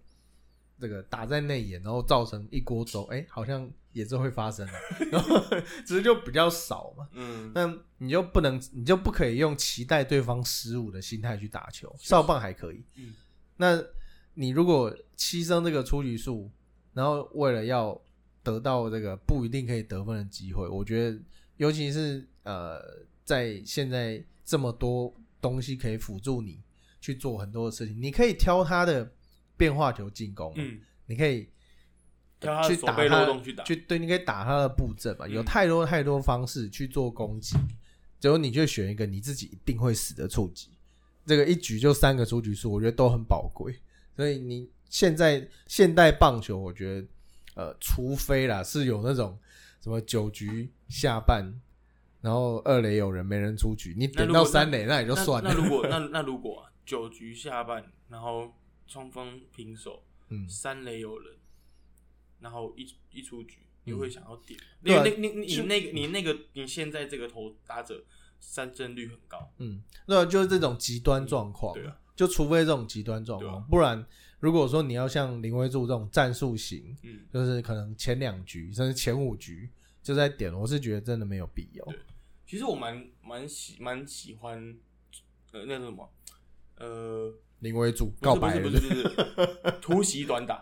[SPEAKER 2] 这个打在内野，然后造成一锅粥，哎，好像也是会发生的，然后只是就比较少嘛。
[SPEAKER 1] 嗯，
[SPEAKER 2] 那你就不能，你就不可以用期待对方失误的心态去打球，少棒还可以。
[SPEAKER 1] 嗯
[SPEAKER 2] 那你如果牺牲这个出局数，然后为了要得到这个不一定可以得分的机会，我觉得，尤其是呃，在现在这么多东西可以辅助你去做很多的事情，你可以挑他的变化球进攻，啊
[SPEAKER 1] 嗯，
[SPEAKER 2] 你可以
[SPEAKER 1] 挑他的
[SPEAKER 2] 去
[SPEAKER 1] 手
[SPEAKER 2] 打
[SPEAKER 1] 背
[SPEAKER 2] 他
[SPEAKER 1] 漏洞去打，
[SPEAKER 2] 就对，你可以打他的布阵嘛，
[SPEAKER 1] 嗯
[SPEAKER 2] 有太多太多方式去做攻击，结果你就选一个你自己一定会死的触及，这个一局就三个出局数，我觉得都很宝贵。所以你现在现代棒球，我觉得呃，除非啦是有那种什么九局下半，然后二垒有人没人出局，你
[SPEAKER 1] 那
[SPEAKER 2] 点
[SPEAKER 1] 如果
[SPEAKER 2] 到三垒那也就算
[SPEAKER 1] 那。那
[SPEAKER 2] 了。
[SPEAKER 1] 如果那那如果啊九局下半，然后双方平手，
[SPEAKER 2] 嗯，
[SPEAKER 1] 三垒有人，然后一一出局，你会想要点，
[SPEAKER 2] 对
[SPEAKER 1] 因
[SPEAKER 2] 啊
[SPEAKER 1] 为那那你那个你那个你现在这个投打者三振率很高，
[SPEAKER 2] 嗯，对啊，就是这种极端状况、
[SPEAKER 1] 对啊，
[SPEAKER 2] 就除非这种极端状况，
[SPEAKER 1] 对啊
[SPEAKER 2] 不然如果说你要像林威柱这种战术型，
[SPEAKER 1] 嗯，
[SPEAKER 2] 就是可能前两局甚至前五局就在点，我是觉得真的没有必要。
[SPEAKER 1] 其实我蛮蛮喜蛮喜欢，呃，那个什么，呃，
[SPEAKER 2] 林威柱
[SPEAKER 1] 不
[SPEAKER 2] 告
[SPEAKER 1] 是不
[SPEAKER 2] 白
[SPEAKER 1] 是
[SPEAKER 2] 了
[SPEAKER 1] 不是不是，突袭短打，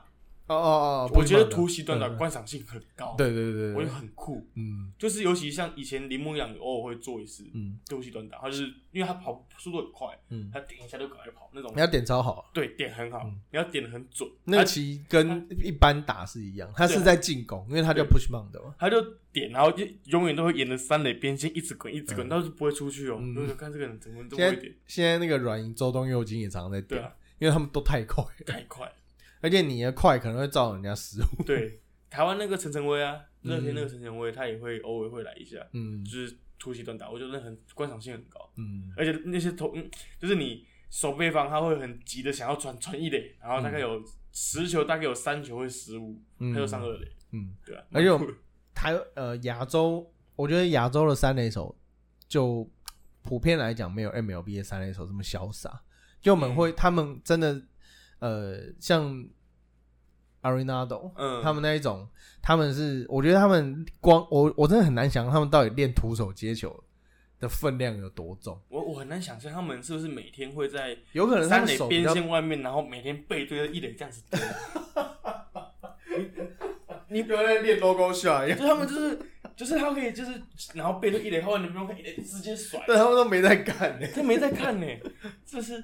[SPEAKER 2] 哦哦哦，
[SPEAKER 1] 我
[SPEAKER 2] 不是
[SPEAKER 1] 觉得
[SPEAKER 2] 棒的
[SPEAKER 1] 突袭短打
[SPEAKER 2] 嗯
[SPEAKER 1] 观赏性很高，
[SPEAKER 2] 对对对
[SPEAKER 1] 我觉得
[SPEAKER 2] 对对，
[SPEAKER 1] 很酷，
[SPEAKER 2] 嗯
[SPEAKER 1] 就是尤其像以前林梦阳偶尔会做一次
[SPEAKER 2] 嗯
[SPEAKER 1] 突袭短打，他就是因为他跑速度很快，
[SPEAKER 2] 嗯，
[SPEAKER 1] 他点一下就赶快跑那种
[SPEAKER 2] 你，要点超好，
[SPEAKER 1] 对，点很好，
[SPEAKER 2] 嗯
[SPEAKER 1] 你要点的很准，
[SPEAKER 2] 那个
[SPEAKER 1] 他
[SPEAKER 2] 其实跟一般打是一样，他
[SPEAKER 1] 对
[SPEAKER 2] 是在进攻，因为他叫
[SPEAKER 1] 啊对
[SPEAKER 2] push man 的嘛。
[SPEAKER 1] 他就点，然后就永远都会沿着三垒边线一直滚，一直滚，
[SPEAKER 2] 嗯
[SPEAKER 1] 但是不会出去哦。
[SPEAKER 2] 嗯
[SPEAKER 1] 就是看这个人怎么这
[SPEAKER 2] 现
[SPEAKER 1] 么会
[SPEAKER 2] 在
[SPEAKER 1] 点，
[SPEAKER 2] 现在那个软银、周东佑京也常常在
[SPEAKER 1] 对
[SPEAKER 2] 点，
[SPEAKER 1] 啊，
[SPEAKER 2] 因为他们都太快，
[SPEAKER 1] 太快了。
[SPEAKER 2] 而且你的快可能会造成人家失误。
[SPEAKER 1] 对，台湾那个陈晨威啊，
[SPEAKER 2] 嗯
[SPEAKER 1] 乐天那个陈晨威，他也会偶尔会来一下，
[SPEAKER 2] 嗯
[SPEAKER 1] 就是突袭短打，我觉得很观赏性很高，
[SPEAKER 2] 嗯，
[SPEAKER 1] 而且那些投，嗯就是你守备方他会很急的想要传传一垒，然后大概有十球，大概有三球会失误，
[SPEAKER 2] 嗯
[SPEAKER 1] 他就上二垒，
[SPEAKER 2] 嗯，
[SPEAKER 1] 对啊，
[SPEAKER 2] 而且我
[SPEAKER 1] 蛮酷的
[SPEAKER 2] 台呃亚洲，我觉得亚洲的三垒手就普遍来讲没有 MLB 的三垒手这么潇洒，
[SPEAKER 1] 嗯
[SPEAKER 2] 就我们会、他们真的呃像 Arenado，
[SPEAKER 1] 嗯，
[SPEAKER 2] 他们那一种，他们是我觉得他们光我我真的很难想象他们到底练徒手接球的分量有多重，
[SPEAKER 1] 我我很难想象他们是不是每天会在
[SPEAKER 2] 有可能他
[SPEAKER 1] 三
[SPEAKER 2] 们
[SPEAKER 1] 垒
[SPEAKER 2] 手比
[SPEAKER 1] 边
[SPEAKER 2] 较
[SPEAKER 1] 线外面，然后每天背对着一垒这 样子丢，
[SPEAKER 2] 你不要在练 logo shot 一
[SPEAKER 1] 就，他们就是就是他可以就是然后背对一垒后，你不用看一垒直接甩，
[SPEAKER 2] 但他们都没在干呢、
[SPEAKER 1] 他没在看呢、就是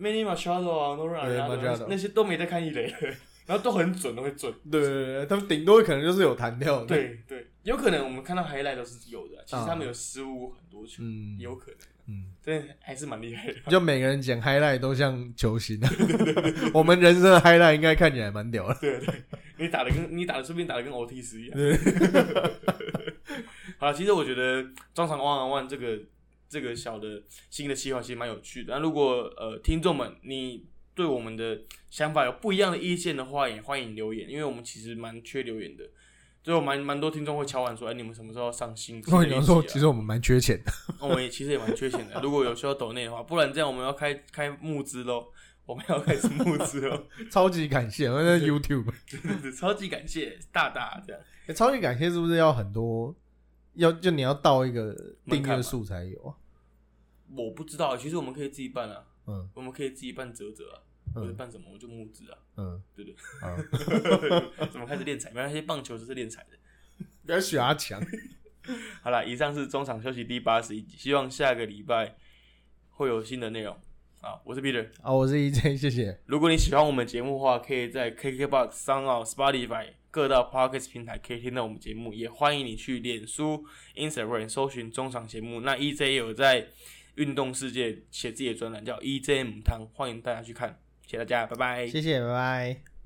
[SPEAKER 1] Manny Machado 啊
[SPEAKER 2] 对，Machado
[SPEAKER 1] ，Nolan 那些都没在看一垒了，然后都很准，都会准。
[SPEAKER 2] 对对对，他们顶多可能就是有弹跳。，
[SPEAKER 1] 对对，有可能我们看到 highlight 都是有的，其实
[SPEAKER 2] 啊
[SPEAKER 1] 他们有失误很多球，
[SPEAKER 2] 嗯，
[SPEAKER 1] 有可能，
[SPEAKER 2] 嗯，
[SPEAKER 1] 真的还是蛮厉害的。
[SPEAKER 2] 就每个人剪 highlight 都像球星啊。 我们人生的 highlight 应该看起来蛮屌的。
[SPEAKER 1] 对对，你打的跟你打的，顺便打的跟 OTC 一样。 好了，其实我觉得中场 One on One 这个这个小的新的计划其实蛮有趣的。那如果呃听众们你对我们的想法有不一样的意见的话，也欢迎留言，因为我们其实蛮缺留言的。就有蛮蛮多听众会敲碗说，哎、你们什么时候要上新的
[SPEAKER 2] 我
[SPEAKER 1] 一集
[SPEAKER 2] 跟
[SPEAKER 1] 啊？
[SPEAKER 2] 哦你说，其实我们蛮缺钱的。
[SPEAKER 1] 我们也其实也蛮缺钱的。如果有需要抖内的话，不然这样我们要开开募资喽，我们要开始募资喽。
[SPEAKER 2] 超级感谢，我在 YouTube，、
[SPEAKER 1] 超级感谢大大这样。
[SPEAKER 2] 欸超级感谢是不是要很多？要就你要到一个订
[SPEAKER 1] 门槛吧
[SPEAKER 2] 阅数才有啊？
[SPEAKER 1] 我不知道，其实我们可以自己办啊，
[SPEAKER 2] 嗯
[SPEAKER 1] 我们可以自己办折折啊，或者
[SPEAKER 2] 嗯
[SPEAKER 1] 办什么我就募资啊，
[SPEAKER 2] 嗯，
[SPEAKER 1] 对不对？
[SPEAKER 2] 好，
[SPEAKER 1] 怎么开始练财？没关系，棒球就是练财的。
[SPEAKER 2] 不要学阿强。
[SPEAKER 1] 好啦，以上是中场休息第八十一集，希望下个礼拜会有新的内容。好，我是 Peter。
[SPEAKER 2] 啊，我是 EJ，谢谢。
[SPEAKER 1] 如果你喜欢我们节目的话，可以在 KKBox、s o u n Spotify 各大 Podcast 平台可以听到我们节目，也欢迎你去脸书、Instagram 搜寻中场节目。那 EJ 也有在运动世 E 界写自己的专栏，叫 EJ 母汤，欢迎大家去看。谢谢大家，拜拜。
[SPEAKER 2] 谢谢，拜拜。